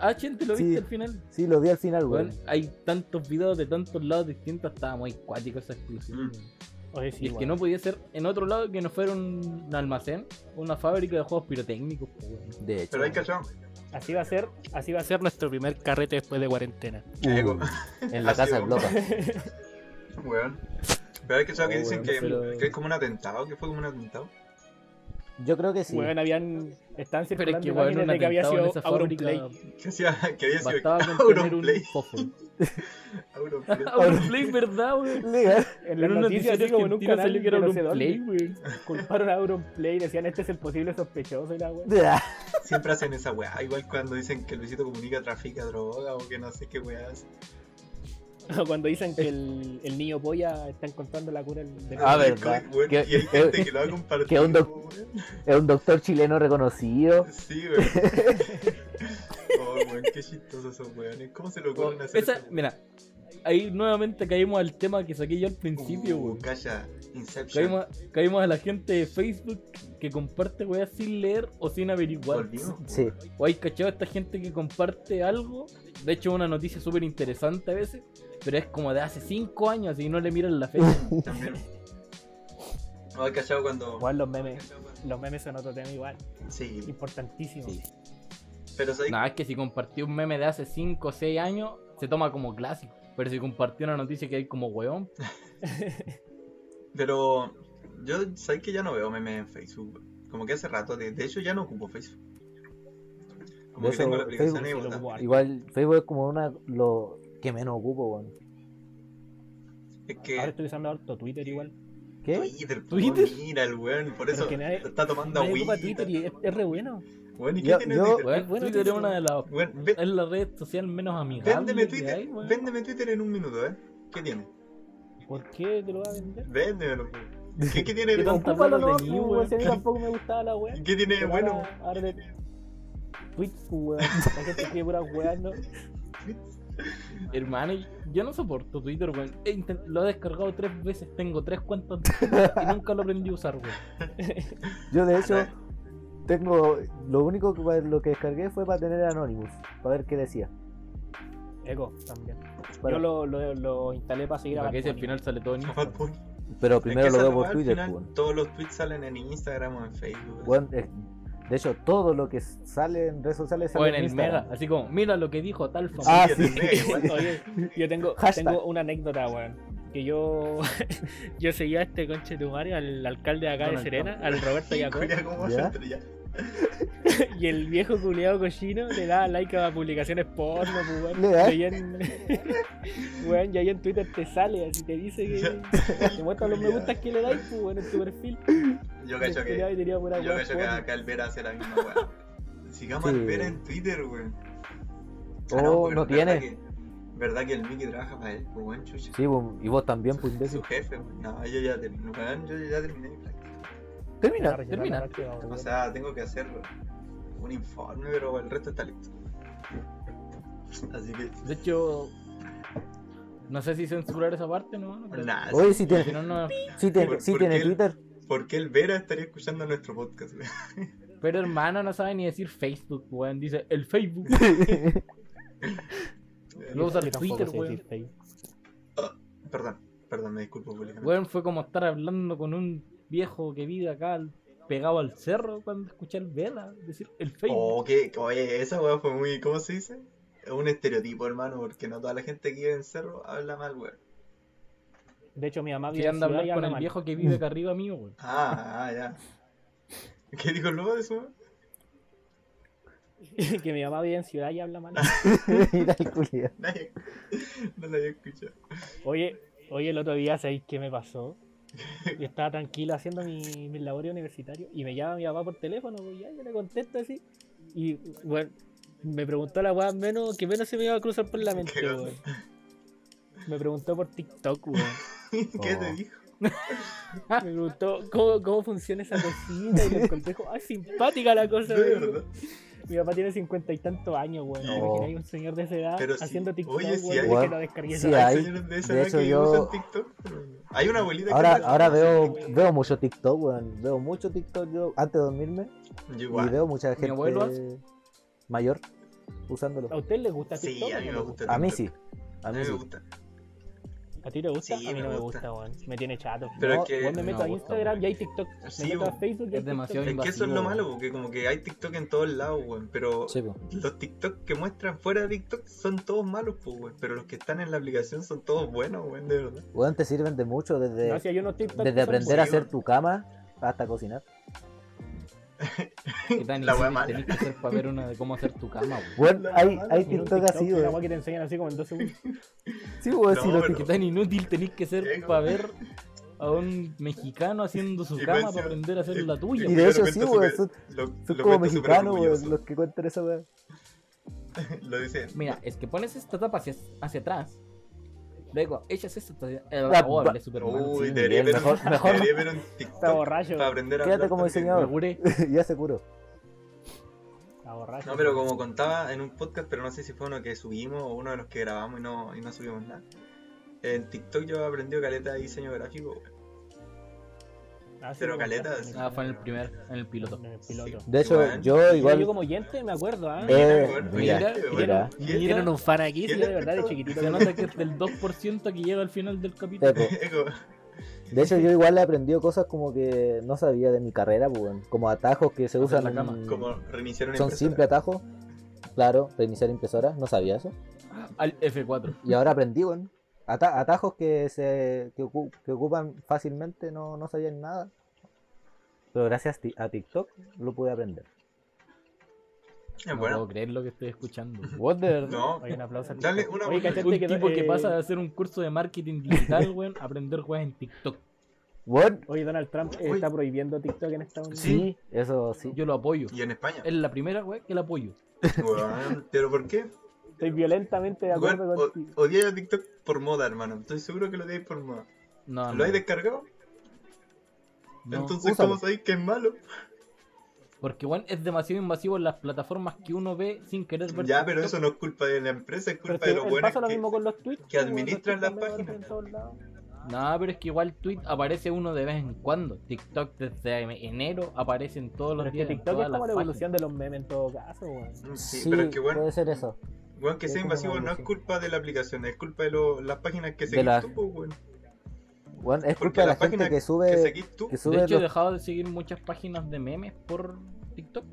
Ah, gente, lo Sí. viste al final. Sí, lo vi al final, Weón, weón. hay tantos videos de tantos lados distintos, estaba muy cuático esa explosión. Mm. weón. Oye, sí, y es que weón. no podía ser en otro lado que no fuera un almacén, una fábrica de juegos pirotécnicos. po, weón. De hecho. Pero hay cachón. Así va a ser, así va a Va a ser nuestro primer carrete después de cuarentena. Ego. Uh, en la Ha sido casa de Bloca. ser. Weón. Pero hay cachado que Oh, dicen weón, que, pero- que es como un atentado, que fue como un atentado. Yo creo que sí. Weón, habían. Están Pero es circulando que, weón, imágenes un de que había atentado en sido esa Auron fábrica Play. Que hacía, que había sido bastaba con tener un Auronplay. fósforo. Auronplay. Auronplay, ¿verdad, weón? Legal. En las En una noticia noticias, así como en un argentina canal salió que era de no sé Auronplay, dónde, weón. Culparon a Auron Play y decían, este es el posible sospechoso y la weón. Siempre hacen esa weá. Igual cuando dicen que Luisito comunica, trafica droga o que no sé qué weá hace. Cuando dicen que el, el niño polla está encontrando la cura del. del- Ah, Oye, verdad. co- weón, Que- y hay que- gente que lo ha compartido. que un doc- weón. Es un doctor chileno reconocido. Sí, weón. Oh, weón, qué chistosos esos weones. ¿Cómo se lo ocurren hacer Oh, Esa, eso? mira, ahí nuevamente caímos al tema que saqué yo al Uh, principio, weón. Calla, Inception. Caímos, caímos a la gente de Facebook que comparte weas sin leer o sin averiguar. Volvimos, Sí. O hay cachado esta gente que comparte algo. De hecho, es una noticia súper interesante a veces. Pero es como de hace 5 años, así que no le miran la fecha. También. No, hay cachado cuando. Igual los memes. Los memes son otro tema igual. Sí, Importantísimo. Sí. pero soy. Nada, es que si compartió un meme de hace 5 o 6 años, se toma como clásico. Pero si compartió una noticia que hay como weón, Pero yo sabes que ya no veo memes en Facebook. Como que hace rato, de, de hecho ya no ocupo Facebook. Como De que eso, tengo la aplicación Facebook ahí sí lo botada. ocupo harto. Igual Facebook es como una lo que menos ocupo, weón. Es Ahora que estoy usando harto Twitter igual. ¿Qué? Twitter, po, ¿Twitter? mira el weón, por Pero eso que nadie- está tomando Nadie ocupa agüita. Twitter y es, es re bueno. Weón, ¿y qué Yo- tiene yo- Twitter? Weón, bueno Twitter es Twitter, una de las. Weón, ve- Es la red social menos amigable. véndeme que Twitter, hay, weón. véndeme Twitter en un minuto, ¿eh? ¿Qué tiene? ¿Por qué te lo va a vender? Véndemelo. po. ¿Qué, qué tiene ¿Qué de tanta Ocúpalo plata nomás, tenía, pues, weón? si a mí tampoco me gustaba la wea. ¿Qué tiene de Pero bueno? ahora- ahora de tweets, pues, weón. La gente escribe puras weas, ¿no? Hermano, yo no soporto Twitter, weón. He intent- Lo he descargado tres veces, tengo tres cuentas de Twitter y nunca lo aprendí a usar, weón. Yo de hecho Ah, tengo lo único que para lo que descargué fue para tener Anonymous, para ver qué decía. Ego también. Para- Yo lo, lo, lo instalé para seguir a Para que Bad si al Bunny. final sale todo en Bad Instagram. Bunny. Pero Es que primero esa lo veo es la por weá, al Twitter, final, weón. Todos los tweets salen en Instagram o en Facebook. Weón, eh, de hecho, todo lo que sale en redes sociales O sale en el Instagram. mega, así como, mira lo que dijo tal famoso. Ah, en el sí. Mega igual. Oye, yo tengo, Hashtag. tengo una anécdota, weón. Que yo, yo seguía a este conche de al alcalde de acá Donald de Serena, al Roberto Yacón, Culia, ¿cómo ¿Ya? se estrella? y el viejo culiado cochino le daba like a publicaciones porno, pues, weón. Le da. Y ahí en, weón, y ahí en Twitter te sale, así te dice que te muestra los me gustas que le dais, pues, weón, en tu perfil. Yo Y el cacho que. culiao tenía pura Yo weá cacho que porno. acá el Vera hace la misma weá. Sigamos al Sí. Vera en Twitter, weón. Oh, pero no es verdad tiene. que- Verdad que el Mickey trabaja para él, pues weón, chucha. Sí, weón, y vos también, pues Es su imbécil. jefe, weón. No, yo ya terminé, weón, yo ya terminé mi práctica. Termina. termina. O sea, tengo que hacerlo. Un informe, pero el resto está listo. Así que. De hecho, no sé si censurar esa parte, no, no creo. Nada. Oye, sí Si tiene, no, no. sí ¿Por- tiene, sí por tiene qué el- Twitter. ¿Por qué el Vera estaría escuchando nuestro podcast, weón? Pero hermano, no sabe ni decir Facebook, weón. Dice el Facebook. Lo usa el Twitter, weón. Perdón, perdón, me disculpo públicamente. Weón fue como estar hablando con un viejo que vive acá al- pegado al cerro cuando escuché al Vela decir el Facebook. Oh, que, oye, esa weá fue muy, ¿cómo se dice? Es un estereotipo, hermano, porque no toda la gente que vive en cerro habla mal, weón. De hecho, mi mamá que vive en anda a Ciudad y hablar con habla el mal. viejo que vive acá arriba mío, weón. Ah, ah, ya. ¿Qué dijo luego de eso? weón? que mi mamá vive en Ciudad y habla mal. Mira el culiao. Nadie, no la había escuchado. Oye, oye, el otro día, ¿sabéis qué me pasó? Yo estaba tranquilo haciendo mi, mi labor universitario y me llama mi papá por teléfono, pues ya, yo le contesto así. Y, bueno, me preguntó la weá menos, que menos se me iba a cruzar por la mente, Qué weón. Me preguntó por TikTok, weón. ¿Qué te Oh. dijo? Me preguntó cómo, cómo funciona esa cosita y le conté, dijo, ¡ay, simpática la cosa! De weón". verdad. Mi papá tiene cincuenta y tantos años, weón. No. Imagináis un señor de esa edad Pero sí. haciendo TikTok, Oye, sí weón, hay- y que lo descargué Sí esa hay. señores de esa de edad hecho, que yo- usan TikTok. pero- Hay una abuelita que Ahora, usa- ahora veo, veo mucho TikTok, weón. Veo mucho TikTok yo antes de dormirme. Yo Y igual. veo mucha gente abuelo hace. mayor usándolo. ¿A usted le gusta Sí, TikTok? a o mí no me le gusta. A mí TikTok. sí. A A mí me mí sí. gusta. ¿A ti te gusta? Sí, a mí no me me gusta. gusta, weón. Me tiene chato. Pero No, es que- weón, me No meto me a gusta, Instagram weón. y hay TikTok. Sí, me meto a weón. Facebook y hay Es Es demasiado que eso es invasivo, lo malo, weón. porque como que hay TikTok en todos lados, weón. Pero Sí, po. los TikTok que muestran fuera de TikTok son todos malos, pues, weón. Pero los que están en la aplicación son todos buenos, weón, de verdad. Weón, te sirven de mucho desde, No, si hay unos TikTok que desde son aprender a posibles. hacer tu cama hasta cocinar. ¿Qué tan La wea difícil mala. tenés que hacer para ver una de cómo hacer tu cama, weón? Weón, La hay, mala, hay buenos. Y un TikTok así, una weón. weá que te enseñan así como en dos segundos. Sí, weón, No, sí, pero- los ¿Qué TikTok. tan inútil tenés que ser Llego. para ver a un mexicano haciendo su Y cama pensé- para aprender a hacer Eh, la tuya? Y de hecho, Pero sí, cuenta weón. súper- Son, Lo, lo son como cuento súper mexicanos, orgulloso. weón, los que cuentan esa weón. Lo dice. Mira, es que pones esta tapa hacia, hacia atrás Luego, echas eso todavía. La- Oh, hablé súper mal. Uy, sí, debería bien, ver, un- mejor- mejor- debería ver un TikTok Está borracho. para aprender a Quédate hablar como también. diseñador. Me curé. ya se curó. Está borracho. No, pero como contaba en un podcast, pero no sé si fue uno que subimos o uno de los que grabamos y no, y no subimos nada. En TikTok yo he aprendido caleta de diseño gráfico, weón. Ah, sí, pero lo caleta, contaste, sí. Ah, fue en el primer, en el piloto. En el piloto. Sí. De hecho, Igual. yo Mira, igual. Yo como oyente me acuerdo, ¿ah? Eh, weón, mira, fíjate, weón. mira. Fíjate, Tienen un fan aquí. Sí, de verdad, de chiquitito. Se nota que es del 2% que llega al final del capítulo. Epo. eco. De hecho, yo igual he aprendido cosas como que no sabía de mi carrera, pues, weón. como atajos que se Hacer usan. la cama. en- Como reiniciar una Son impresora. simples atajos. Claro, reiniciar impresora, no sabía eso. Eh, Al F4. Y ahora aprendí, weón. Ata- atajos que se que, ocu- que ocupan fácilmente, no, no sabían nada. Pero gracias ti- a TikTok lo pude aprender. Es No Eh, bueno. puedo creer lo que estoy escuchando. What the- No, Oye, un aplauso. al Dale chico. una Oye, bolita. cachate Un que, tipo que eh, pasa de hacer un curso de marketing digital, weón, a aprender juegos en TikTok. Weón, Oye, Donald Trump eh, Uy. está prohibiendo TikTok en Estados Unidos. Sí. Eso sí. Yo lo apoyo. y en España. Es la primera, weón, que la apoyo. Weón, Pero ¿por qué? Estoy violentamente de Weón, acuerdo o- contigo. Odiáis a TikTok por moda, hermano. Estoy seguro que lo odiáis por moda. No, ¿Lo no, has descargado? no. Entonces, Ah, úsalo. ¿cómo sabéis que es malo? Porque, weón, es demasiado invasivo en las plataformas que uno ve sin querer ver. Ya, pero TikTok. eso no es culpa de la empresa, es Pero culpa es que de los él buenos pasa lo mismo que... con los tweets. que pues, weón, administran los tweets las también aparecen páginas. en todos lados. No, pero es que igual tweet aparece uno de vez en cuando. TikTok desde enero aparecen todos Pero los es que días. en TikTok es todas las como la evolución de los memes en todo caso, weón. Mm, Sí, Sí, pero es que, bueno, puede ser eso. Weón, que Es sea como una invasivo no es evolución. culpa de la aplicación, es culpa de lo- las páginas que De seguís la- tú, pues, weón. Weón, es Porque culpa de la la página gente que Que sube. seguís tú. páginas. Que De sube hecho, he los- dejado de seguir muchas páginas de memes por TikTok.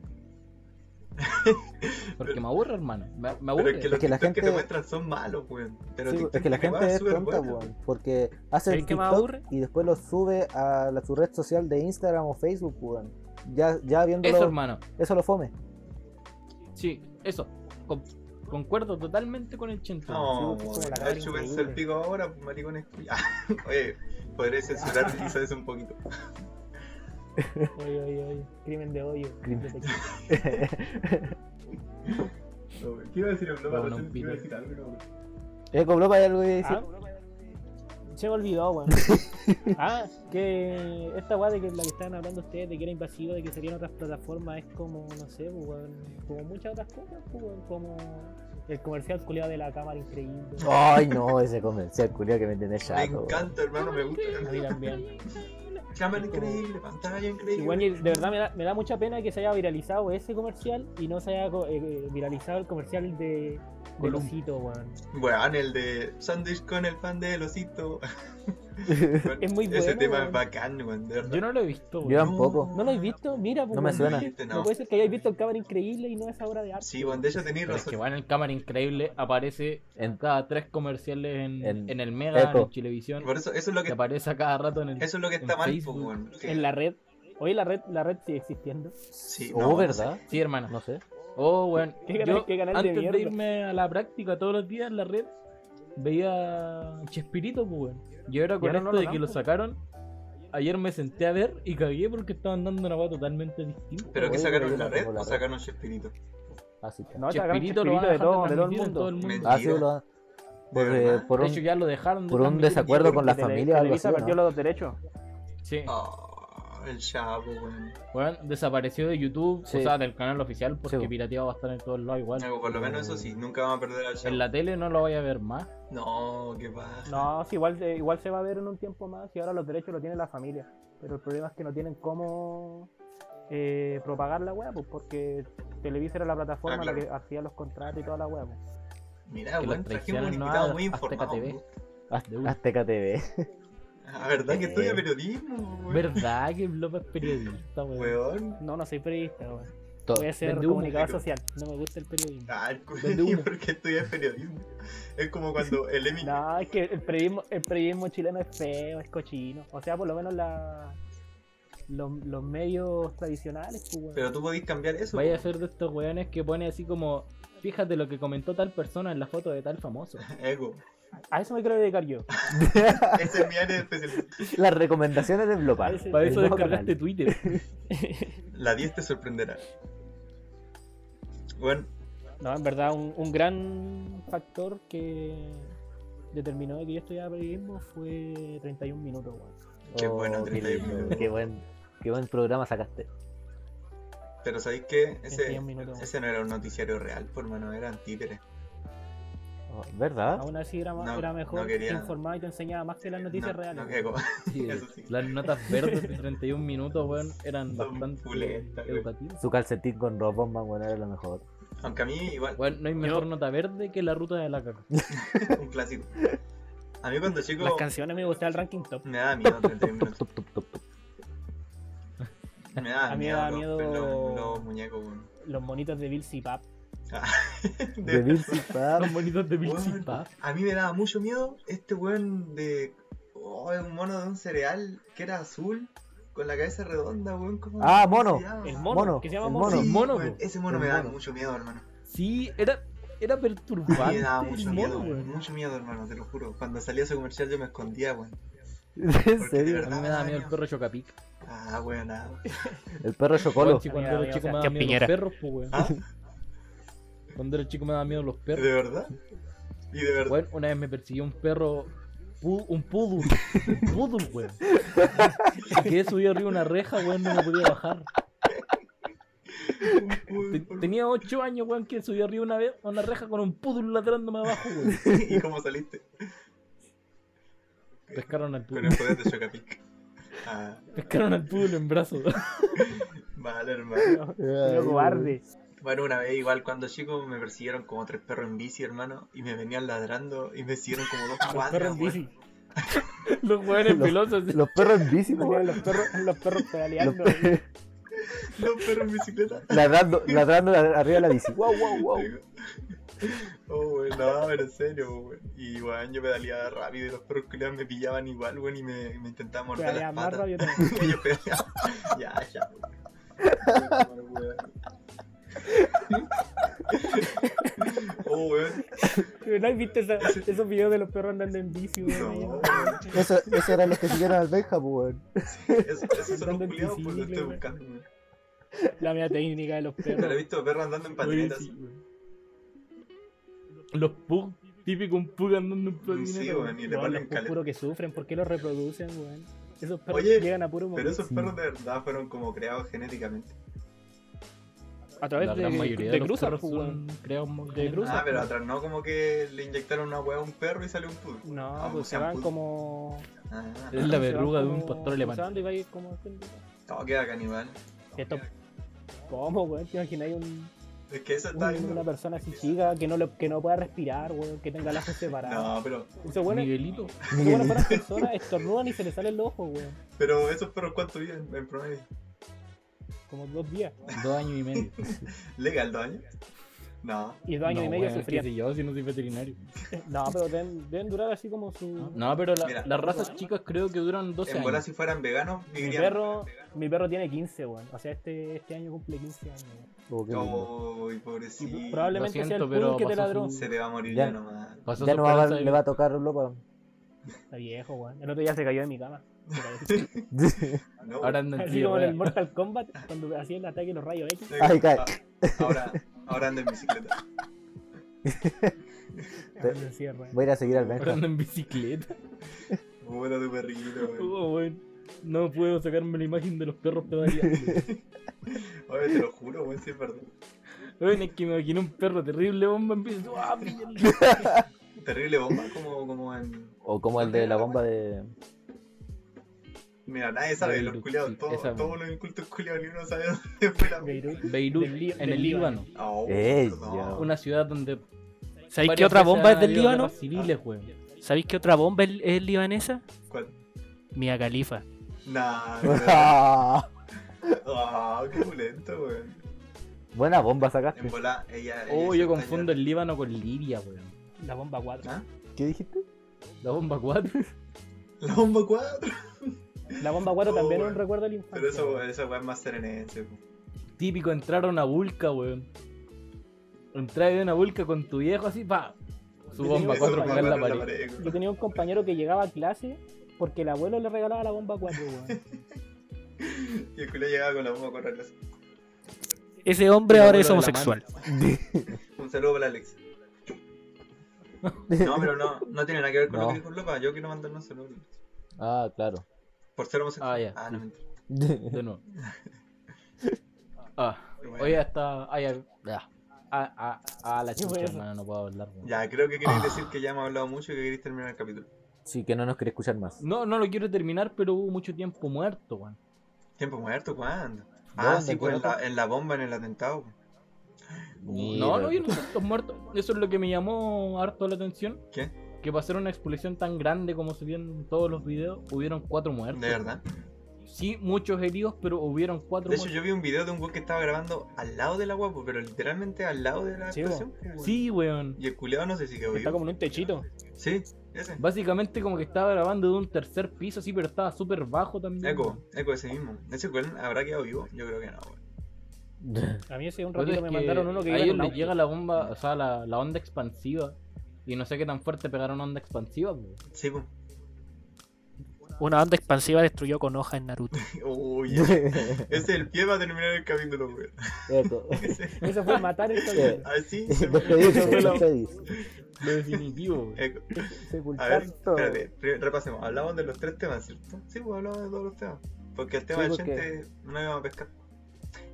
Porque me aburre, hermano. Me, me Pero aburre. es que lo- los Es que la TikTok que te gente- muestran son malos, weón. Pero Sí, TikTok es que la tiene gente weas es súper tonta, buenas. weón, porque hace el ¿Sabes qué me TikTok aburre? y después lo sube a la, su red social de Instagram o Facebook, weón. Ya, ya viéndolo, Eso, eso, hermano. lo fome. Sí, eso. Con- concuerdo totalmente con el Chento. No, Sí, es como la weón, cara chúpense increíble. el pico ahora, pues, maricones. Ah, Oye, podré censurar quizás eso un poquito. Oye, oye, oye. Crimen de odio. Crimen. Detective. No, weón. ¿Qué iba a decir el blog? Bueno, No sé un si iba a pico. decir algo, no, weón. Eco Blopa hay algo que decir. Ah, Se me olvidó, weón. ah, que esta weá de que la que estaban hablando ustedes, de que era invasivo, de que salían otras plataformas, es como, no sé, pues, weón, como muchas otras cosas, pues, weón, como el comercial culiado de la cámara increíble. Ay, no, ese comercial culiao que me tenés Me chato. weón. encanta, hermano, me gusta. A mí también. Cámara increíble, pantalla Y, weón, increíble. y de verdad me da, me da mucha pena que se haya viralizado ese comercial y no se haya co- eh, eh, viralizado el comercial de, de Colum. Losito, weón. Weón, el de sándwich con el pan de losito. Es muy Ese bueno, tema weón. es bacán, weón, de verdad. Yo no lo he visto. Yo weón. tampoco. ¿No lo habéis visto? Mira, pues, No me weón, suena. Este No. no. puede ser que hayáis visto el cámara increíble y no esa obra de arte. Sí, weón, de hecho tenéis Pero es que razón. bueno, el cámara increíble aparece en En- cada tres comerciales en, en- en el Mega, Eco. en el Televisión. Por eso, eso es lo que, Que eso aparece a cada rato en el. es lo que está en mal, po, Facebook. weón. que- En la red. Hoy la red, la red sigue existiendo. Sí, Oh, no, no sé. ¿verdad? Sí, hermano. No sé. Oh, weón. Qué canal- Yo, qué canal de antes de, mierda. irme a la práctica todos los días en la red, veía Chespirito, pues, weón. Y ahora con ahora esto no lo de dan, que lo pues. sacaron, ayer me senté a ver y cagué porque estaban dando una guapa totalmente distinta. ¿Pero que Oye, pero sacaron yo la no red tengo la o red. sacaron Chespirito? Así que. No, Chespirito lo van a de dejar todo, de todo el transmitir en mundo. todo el mundo. Mentira. Ah, sí, lo- por, eh, verdad. por De un, hecho, ya lo dejaron. de por un transmitir. desacuerdo con la Tele- familia o algo así. Televisa perdió ¿no? los derechos. Sí, Oh, el chavo, weón. weón, desapareció de YouTube, Sí. o sea, del canal oficial, porque Sí. pirateado va a estar en todos lados igual. No, por lo menos eso sí, nunca vamos a perder al chavo. En la tele no lo vaya a ver más. No, qué pasa. No, sí, igual, eh, igual se va a ver en un tiempo más y ahora los derechos los tiene la familia. Pero el problema es que no tienen cómo eh, propagar la web, pues, porque Televisa era la plataforma Ah, claro. la que hacía los contratos y toda la web. pues. Mira, que weón, trajimos un los traicionan, no invitado hagan muy Azteca informado. TV. weón. De una. Azteca TV. La verdad que Eh. estudia periodismo, weón. ¿Verdad que Blopa es periodista, weón? Weón. No, no soy periodista, weón. To- Voy a ser Vende humo, comunicador pero- social. No me gusta el periodismo. Ah, el Vende culo, humo. ¿por qué estudia periodismo? Es como cuando el Emi... No, es que el periodismo, el periodismo chileno es feo, es cochino. O sea, por lo menos la, los, los medios tradicionales, pues, weón. Pero tú podís cambiar eso. Vaya a ser de estos weones que pone así como. Fíjate lo que comentó tal persona en la foto de tal famoso. Ego. A eso me quiero dedicar yo. Ese es mi área de especialidad. Las recomendaciones de Blopar. Parece- Para eso El nuevo descargaste canal. Twitter. La 10 te sorprenderá. Bueno, No, en verdad, un, un gran factor que, determinó de que yo estudiaba periodismo fue 31 minutos, weón. Qué bueno, qué, 31 lindo, minutos. qué buen, qué buen programa sacaste. Pero sabéis que ese, 21 minutos. ese no era un noticiario real, por mano, eran títeres. Oh, ¿Verdad? Aún así era, ma- No, era no mejor, te quería- informaba y te enseñaba más que las noticias No, reales. no que- Sí, Eso sí. Las notas verdes de 31 minutos, weón, Son eran bastante pulentas, weón. educativas. Su calcetín con Robotman, bueno, era lo mejor. Aunque a mí igual, Weón, no hay mejor nota verde que la ruta de la caca. un clásico. A mí cuando chico Las canciones me gustaba el ranking top. me daba miedo 31 minutos. Tup, tup, tup, tup. Me daba A mí me miedo, daba los- miedo- Los, los muñecos, weón. Los monitos de Bill y Pap. De- De Vinci Pap. Los bonitos de Weón, Vilchipa. a mí me daba mucho miedo este weón de. Oh, es un mono de un cereal que era azul, con la cabeza redonda, weón. ¿cómo Ah, se mono. llama? El mono, Mono, que se llama el mono. Sí, mono, weón, po. Ese mono El me daba mono. mucho miedo, hermano. Sí, era, era A mí perturbante. me daba el mucho miedo, mono, weón, weón. mucho miedo, hermano, te lo juro. Cuando salía ese comercial yo me escondía, weón. ¿En Porque de serio? A mí me daba miedo el perro Chocapic. Ah, weón, ah. El perro Weón, Chocolo. si cuando era chico me Sebastián daban miedo los Piñera. perros, pues, weón. ¿Ah? Cuando era chico me daban miedo los perros. ¿De verdad? Y de verdad. Weón, una vez me persiguió un perro, pu- un poodle, un poodle, weón. Y quedé subido arriba de una reja, weón, no me podía bajar. Te- Uy, por- Tenía 8 años, weón, que subí arriba una vez a una reja con un poodle ladrándome abajo, weón. ¿Y cómo saliste? Pescaron al Con poodle, el poder de Chocapic. Ah, pescaron al poodle en brazos. vale, hermano. Pero cobarde. Bueno, una vez igual cuando chico me persiguieron como tres perros en bici, hermano, y me venían ladrando y me siguieron como dos Perro cuadras. weón. en bici. Los weones Los- pelosos. Los perros en bici, po, Los weón. perros, los perros pedaleando. Los perros- Los perros en bicicleta. ladrando, ladrando la- arriba de la bici. Wow, wow, wow. Oh, weón, no, pero en serio, weón. Y weón, yo pedaleaba rápido y los perros culiados me pillaban igual, weón, y me, me intentaban morder Pedaleaba las más patas. rabio todavía. Y yo pedaleaba. Ya, ya, weón. Oh, weón. ¿No has visto esa- esos videos de los perros andando en bici, weón? No, Ahí, weón. Eso, esos eran los que siguieron al Benja, po, weón. Eso- Esos son Andando los en culiados, pues lo bicicleta, estoy weón. buscando, weón. La media técnica de los Pero he perros. visto perros andando en Oye, patinetas. sí, weón. Los pug, típico un pug andando en Sí, weón, y le No, valen los caleta. puro que sufren, ¿por qué los reproducen, weón? Esos perros Oye, llegan a puro morir. Pero esos perros de verdad fueron como creados genéticamente. A través Este, de, de cruzas, pues, weón. creados De cruzas. Ah, pero atrás no como que le inyectaron una hueá a un perro y salió un pug. No, Ah, pues se sean van pug. como. Ah, Es se la van verruga de un como pastor alemán. cruzando y va a ir como- no, queda caníbal. Esto- ¿Cómo, weón? ¿Te imagináis un, Es que eso un- está una viendo. persona así chica que no, lo- que no pueda respirar, weón? Que tenga lazos separados. No, pero, Esos weones- Miguelito. esos weones para las personas estornudan y se les sale el ojo, weón. pero esos perros cuánto viven en promedio. Como dos días. Dos años y medio. ¿Legal dos años? No. Y dos años No, y medio weón, sufrían. qué sé yo, si no soy veterinario. No, pero deben, deben durar así como su. No, pero la- Mira. las razas chicas creo que duran 12 En bola años. si fueran veganos, Mi vivirían. perro, mi perro tiene 15, weón. O sea, este, este año cumple 15 años. weón. Oh, qué lindo. Uy, Y pobrecito. probablemente Lo sea el siento, pero pool que te pasó ladró. su- Se le va a morir Ya. ya nomás. Pasó Ya su no va, a- esperanza de le va a tocar loco. Está viejo, weón. El otro día se cayó de mi cama. Se cayó así. No. Ahora anda en Así silla de como en el ruedas. Mortal Kombat, cuando hacía el ataque de los rayos X. Ay, cae. Ahora, ahora anda en bicicleta. ahora se cierra. Voy a ir a seguir al Ahora Benja. anda en bicicleta. Puta tu perrito, weón. Oh, weón. No puedo sacarme la imagen de los perros pedaleando. Oye, te lo juro, weón, sí es verdad. Weón, es que me imaginé un perro terrible bomba empieza. ¡Ah, brillarle! Terrible bomba, como, como en. O como el de la bomba de. Mira, nadie sabe, Del los Iruk, culiados, sí, todos, esa- todos los incultos culiados, ni uno sabe dónde fue la. Beirut. Beirut, Del Lí- en del el Líbano. Oh, Ella. perdón. Una ciudad donde. ¿Sabéis qué varias otra veces bomba han es del habido Líbano? guerras civiles, weón. ¿Sabéis qué otra bomba es, es libanesa? ¿Cuál? Mia Khalifa. Nah, Ah, qué culento, weón. Buena bomba En sacaste. bola, ella. ella Oh, hizo yo confundo tallar. el Líbano con Libia, weón. La bomba 4. ¿Ah? ¿Qué dijiste? La bomba 4. La bomba 4. La bomba 4 Oh, también es un weón. recuerdo del Ah, infancia. Pero eso, weón. esa weón es más serenense, weón. Típico entrar a una vulca, weón. Entrar a una vulca con tu viejo así, pa. Su Yo bomba tenía- 4 eso, pegar la pegar pared. Yo tenía un compañero que llegaba a clase porque el abuelo le regalaba la bomba 4, weón. Y el culiado llegaba con la bomba 4 atrás. Ese hombre El ahora es abuelo de la homosexual. Un saludo para Alex. No, pero no, no tiene nada que ver con lo No. que dijo Lopa. Yo quiero mandarnos saludos. Ah, claro. Por ser homosexual. Ah, ya, Ah, sí. no, mentira. De nuevo. Ah, oye, hasta. Ay, ay, ah, ah, ah, a la ¿Qué pues, fue chucha, eso? hermano, no puedo hablar. weón. Ya, creo que queréis decir que ya hemos hablado mucho y que queréis terminar el capítulo. Sí, que no nos quiere escuchar más. No, no lo quiero terminar, pero hubo mucho tiempo muerto, weón. ¿Tiempo muerto? ¿Cuándo? Ah, ¿Dónde? sí, ¿En pues en qué la, en la bomba, en el atentado. pues. Mira. No, no vieron tantos muertos. Eso es lo que me llamó harto la atención. ¿Qué? Que para hacer una explosión tan grande como se vio en todos los videos, hubieron cuatro muertos. De verdad. Sí, muchos heridos, pero hubieron cuatro De hecho, muertos. yo vi un video de un weón que estaba grabando al lado del agua, pues, pero literalmente al lado de la Sí, explosión. pues, weón. Sí, weón. Y el culeado no sé si quedó Está vivo. como en un techito. Sí, ese. Básicamente como que estaba grabando de un tercer piso, sí, pero estaba súper bajo también. Eco, eco ese mismo. ¿Ese weón habrá quedado vivo? Yo creo que no, weón. A mí hace un Pues ratito es me que mandaron uno que a iba ellos en un les auto. llega la bomba, o sea, la, la onda expansiva. Y no sé qué tan fuerte pegaron onda expansiva. weón. Sí, pues. Una onda expansiva destruyó con hoja en Naruto. Uy, ese es el pie para terminar el capítulo, weón. Eso. Eso fue matar el Eh, Así se Despedirse, Eso fue lo- despedirse. Lo definitivo. weón. Eco. A Sepultar ver, todo. espérate, pri- repasemos. Hablamos de los tres temas, ¿cierto? Sí, pues hablamos de todos los temas. Porque el tema Sí, del porque- gente no lo íbamos a pescar.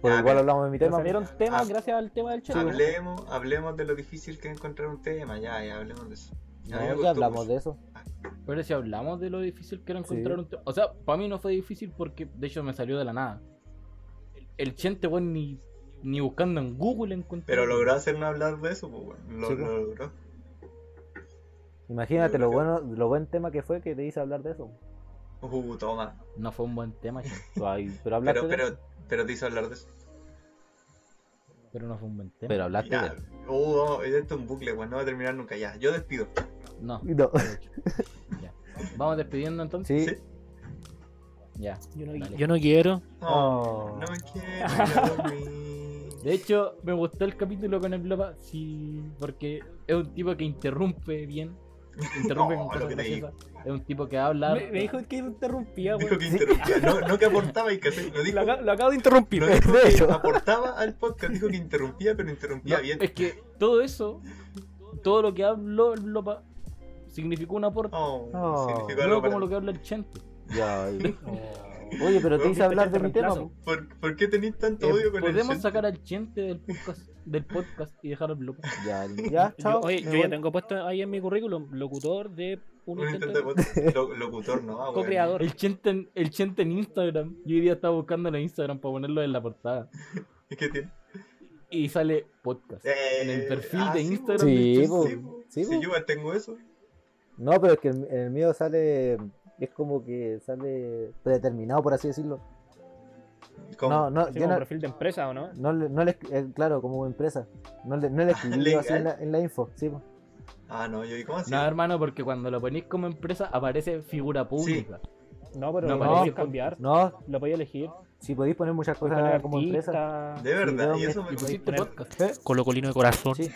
Pues Ah, igual pero- hablamos de mi Pero tema. salieron Ah. temas gracias al tema del chat. hablemos, hablemos de lo difícil que es encontrar un tema, ya, ya hablemos de eso. A mí me No, costó ya hablamos mucho. de eso. Pero si hablamos de lo difícil que era encontrar Sí. un tema. O sea, para mí no fue difícil porque de hecho me salió de la nada. El chente, weón, ni, ni buscando en Google encontré. Pero logró hacernos hablar de eso, pues bueno, lo, Sí, pues. lo logró. Imagínate Yo lo creo bueno, lo buen tema que fue que te hice hablar de eso. Uh, toma. No fue un buen tema, chente, Ay, Pues pero hablaste Pero, de pero, pero te hizo hablar de eso. pero no fue un buen tema. Pero hablaste Ya. de Uh, vamos, esto es un bucle, weón, no va a terminar nunca, ya. Yo despido. No. No. Ya. Vamos despidiendo entonces. Sí. Sí. Ya. Yo no- dale. Yo no quiero. Oh, Oh. No me quiero ya dormí. De hecho, me gustó el capítulo con el Blopa, sí, porque es un tipo que interrumpe bien. Interrumpe No, con cosas lo que te graciosas. Es un tipo que habla. Me, me dijo que interrumpía, Dijo weón. que interrumpía. No, no que aportaba y que hacer- lo dijo. Lo, acabo- lo acabo de interrumpir. No dijo que aportaba al podcast, dijo que interrumpía, pero interrumpía No, bien. Es que todo eso, todo lo que habló el Blopa, significó un aporte. Oh, Oh. significó algo No para como lo mí. que habla el Chente. Ya, ay. Oh. Oye, pero te hice hablar de mi tema. Reemplazo. po. ¿Por, por qué tenéis tanto Eh, odio con el Podemos Chente? sacar al Chente del podcast, del podcast y dejar al Blopa. Ya, ya, Yo, chao. oye, me yo voy. ya tengo puesto ahí en mi currículum locutor de un, Un intento de podcast. Lo- locutor, no, ah, weón. co-creador. El Chente, en- el Chente en Instagram. Yo hoy día estaba buscándolo en Instagram para ponerlo en la portada. ¿Y qué tiene? Y sale podcast. En el Eh, perfil ah, de sí, Instagram. weón. Sí, Sí, po. po. Sí, Sí, po. yo igual tengo eso. No, pero es que el, el mío sale. Es como que sale predeterminado, por así decirlo. ¿Cómo? No, no, Sí, yo como no, perfil de empresa, ¿o no? no, le- no le, eh, claro, como empresa. No le, no Ah, le escribí legal. así en la, en la info, sí. po. Ah, no, yo digo, ¿cómo así? No, hermano, porque cuando lo ponéis como empresa aparece figura pública. No, pero No, lo parece podéis que- cambiar. No, Lo podéis elegir. si podéis poner muchas Puedes cosas poner como empresa. artista. de verdad, sí, y eso me Y pusiste poner- podcast. ¿Eh? Colocolino de corazón. Sí.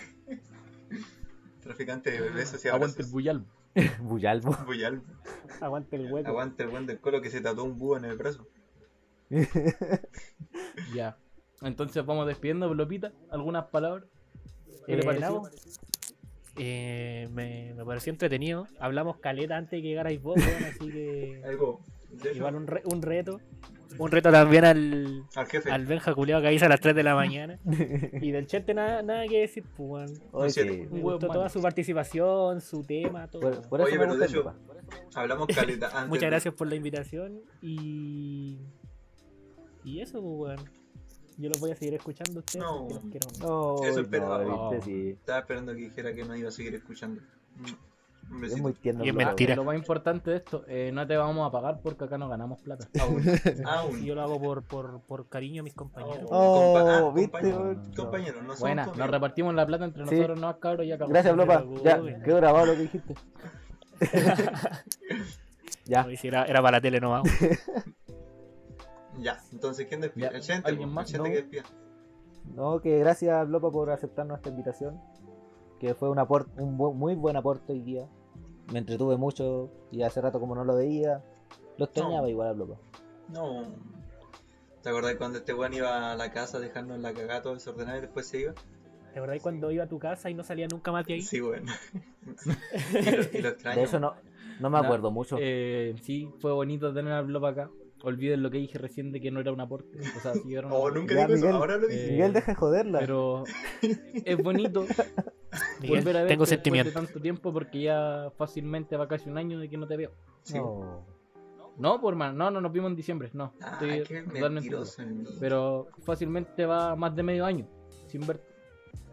traficante de bebés hacia Aguante el bullalbo. Bullalbo. Buyal. Aguante el hueco. Aguante el buen del colo que se tatuó un búho en el brazo. Ya. Entonces vamos despidiendo, Blopita. ¿Algunas palabras? ¿Qué le Eh, pareció? nada, Eh, me, me pareció entretenido. Hablamos caleta antes de que llegarais vos, weón, así que. Algo. de eso, Igual un, re- un reto. Un reto también al, Al jefe. al Benja culiao que hizo a las 3 de la mañana. Y del chat nada, nada que decir, pues, weón. Oye, siete. que- Me Un huevo gustó humano. toda su participación, su tema, todo. Por, por eso Oye, me pero gusta de el hecho- mapa. Hablamos caleta antes. Muchas de- gracias por la invitación. invitación y. Y eso, pues, weón. Yo los voy a seguir escuchando a ustedes. No. porque los quiero mucho. No, Eso no, esperaba. Oh. viste, sí. Estaba esperando que dijera que no iba a seguir escuchando. Mm, Un Es besito. muy tierno. Y es el mapa. mentira. Lo más importante de esto, eh, no te vamos a pagar porque acá no ganamos plata. Aún. Y Aún. Yo lo hago por, por, por cariño a mis compañeros. Oh, Compa- ah, viste, compañero, weón. compañero, no somos Buena, tu nos amigo. repartimos la plata entre Sí. nosotros, no, cabros, ya cagamos. Gracias, Blopa. Pero, Ya, güey. quedó grabado lo que dijiste. ya. Oye, si era, era para la tele nomás. Ya, entonces, ¿quién despide? Ya. El gente, ¿Alguien po, más? el gente No. que despida. No, que gracias, Blopa, por aceptar nuestra invitación. Que fue un, aporte, un bu- muy buen aporte hoy día. Me entretuve mucho y hace rato, como no lo veía, lo extrañaba igual a Blopa. No. ¿Te acordás cuando este weón iba a la casa a dejarnos la cagada toda desordenada y después se iba? ¿Te acordás cuando iba a tu casa y no salía nunca más de ahí? Sí, bueno. y, lo, y lo extraño. De eso no, no me Nah, acuerdo mucho. Eh, sí, fue bonito tener al blog acá. Olviden lo que dije recién de que no era un aporte. O sea, sí era un Oh, aporte, nunca Ya, digo eso, Miguel, ahora lo dije. eh, Miguel, deja de joderla. Pero es bonito Miguel, volver a verte tengo después sentimientos. de tanto tiempo porque ya fácilmente va casi un año de que no te veo. Sí. No. No, por man, no, no nos vimos en diciembre, no. Ah, estoy qué totalmente mentiroso el seguro. Miguel. Pero fácilmente va más de medio año sin verte.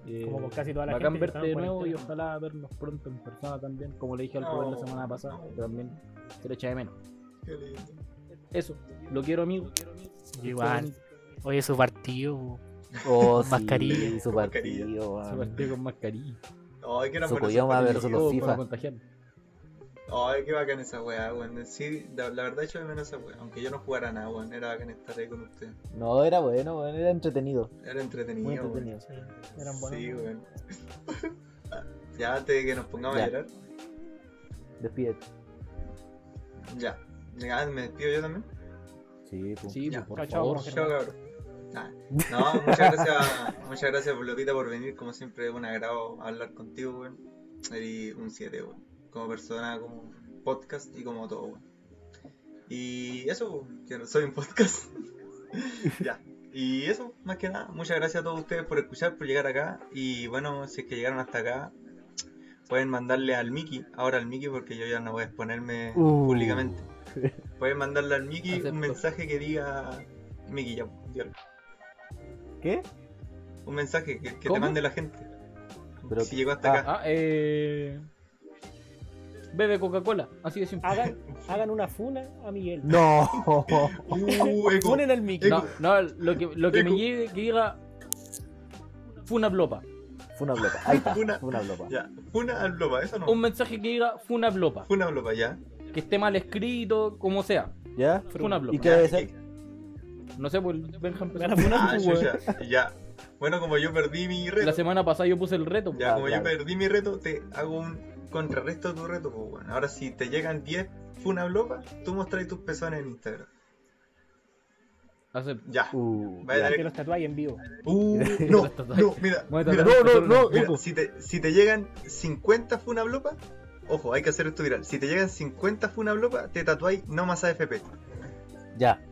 Eh, Como con casi toda la bacán gente que estaba verte de en nuevo y cuarentena. ojalá vernos pronto en persona también, como le dije al No, Rubén la semana pasada, no. que también se le echa de menos. Qué lindo. Eso, lo quiero amigo. Fue Igual. bonito. Oye, su partido. Oh, Con mascarilla. sí, su Mascarilla. partido, Ah, Se man. partió con mascarilla. Ay, que eran Su buenos Koyama zapatos, versus Miguel. los Todo FIFA. para contagiar. Ay, qué bacán esa weá, weón. Sí, la, la verdad yo de menos esa weá. Aunque yo no jugara nada, weón. Era bacán estar ahí con ustedes. No, era bueno, bueno, era entretenido. Era entretenido, Muy weón. entretenido. Eran buenos. Sí, weón. ya, antes de que nos pongamos Ya. a llorar. Despídete. Ya. Ya, me despido yo también. Sí, tú. Sí, Ya. pues, por Chao, chao, favor. mujer. Chao, cabrón. Ah, No, muchas gracias, muchas gracias por Lopita por venir. Como siempre, es un agrado hablar contigo, weón. Eres un 7, weón. Como persona, como podcast y como todo, weón. Y eso, weón, que no soy un podcast. ya. Y eso, más que nada, muchas gracias a todos ustedes por escuchar, por llegar acá. Y bueno, si es que llegaron hasta acá, pueden mandarle al Mickey, ahora al Mickey, porque yo ya no voy a exponerme públicamente. Pueden mandarle al Mickey Acepto. un mensaje que diga Mickey, ya, dígalo. ¿Qué? Un mensaje que, que te ¿Cómo? mande la gente. Pero- si llegó hasta acá. Ah, eh. Bebe Coca-Cola, así de simple. Hagan, hagan una funa a Miguel. No. Uh, eco. Funen al Mickey. No, no, lo que, lo que me Eco. llegue que diga. Funa Blopa. Fue una blopa. Ahí está. Una- Fue una blopa. Ya, Funa al Blopa, eso no. Un mensaje que diga Funa Blopa. Funa al Blopa, ya. Que esté mal escrito, como sea. ¿Ya? Funa Blopa. ¿Y qué debe Ya, ser? No sé, pues el Benja empezó. Van a funar, Ah, pues, yo weón. ya, ya. Bueno, como yo perdí mi La reto, semana pasada yo puse el reto. ya, Ah, como yo claro. perdí mi reto, te hago un contrarresto a tu reto, pues bueno. Ahora si te llegan 10 Funa al Blopa, tú mostras tus pezones en Instagram. Acepto. Ya. Uh, Vaya ya. Que los tatuáis en vivo. Uh, no, Los tatuajes. no, mira, Voy a mira, tatuar- no, no, no. mira, si te, si te llegan 50 Funa Blopa, ojo, hay que hacer esto viral. Si te llegan 50 Funa Blopa, te tatuáis no más AFP. Ya.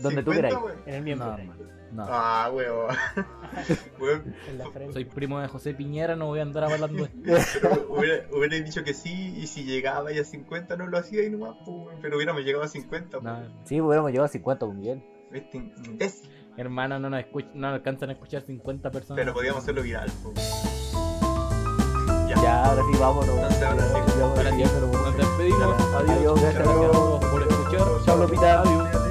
Donde 50, tú queráis. weón. En el miembro. No, no. Ah, weón. Weón, En la frente. Soy primo de José Piñera, no voy a andar hablando de Pero hubiera, hubiera dicho que sí, y si llegaba ya a 50 no lo hacía y nomás, pues, weón, pero hubiéramos llegado a 50, pues, nada. Sí, hubiéramos llegado a 50, pues, Miguel. este imbécil, Hermana, no nos escuch- no alcanzan a escuchar 50 personas. Ah. pero podíamos hacerlo viral, pues. Ya, ahora sí, vámonos. Entonces, ahora sí. Ya, ahora sí, Ahora sí. pero bueno. Nos despedimos. Adiós, Adiós. gracias, Gracias a todos por escuchar. Chao, Lopita. Adiós.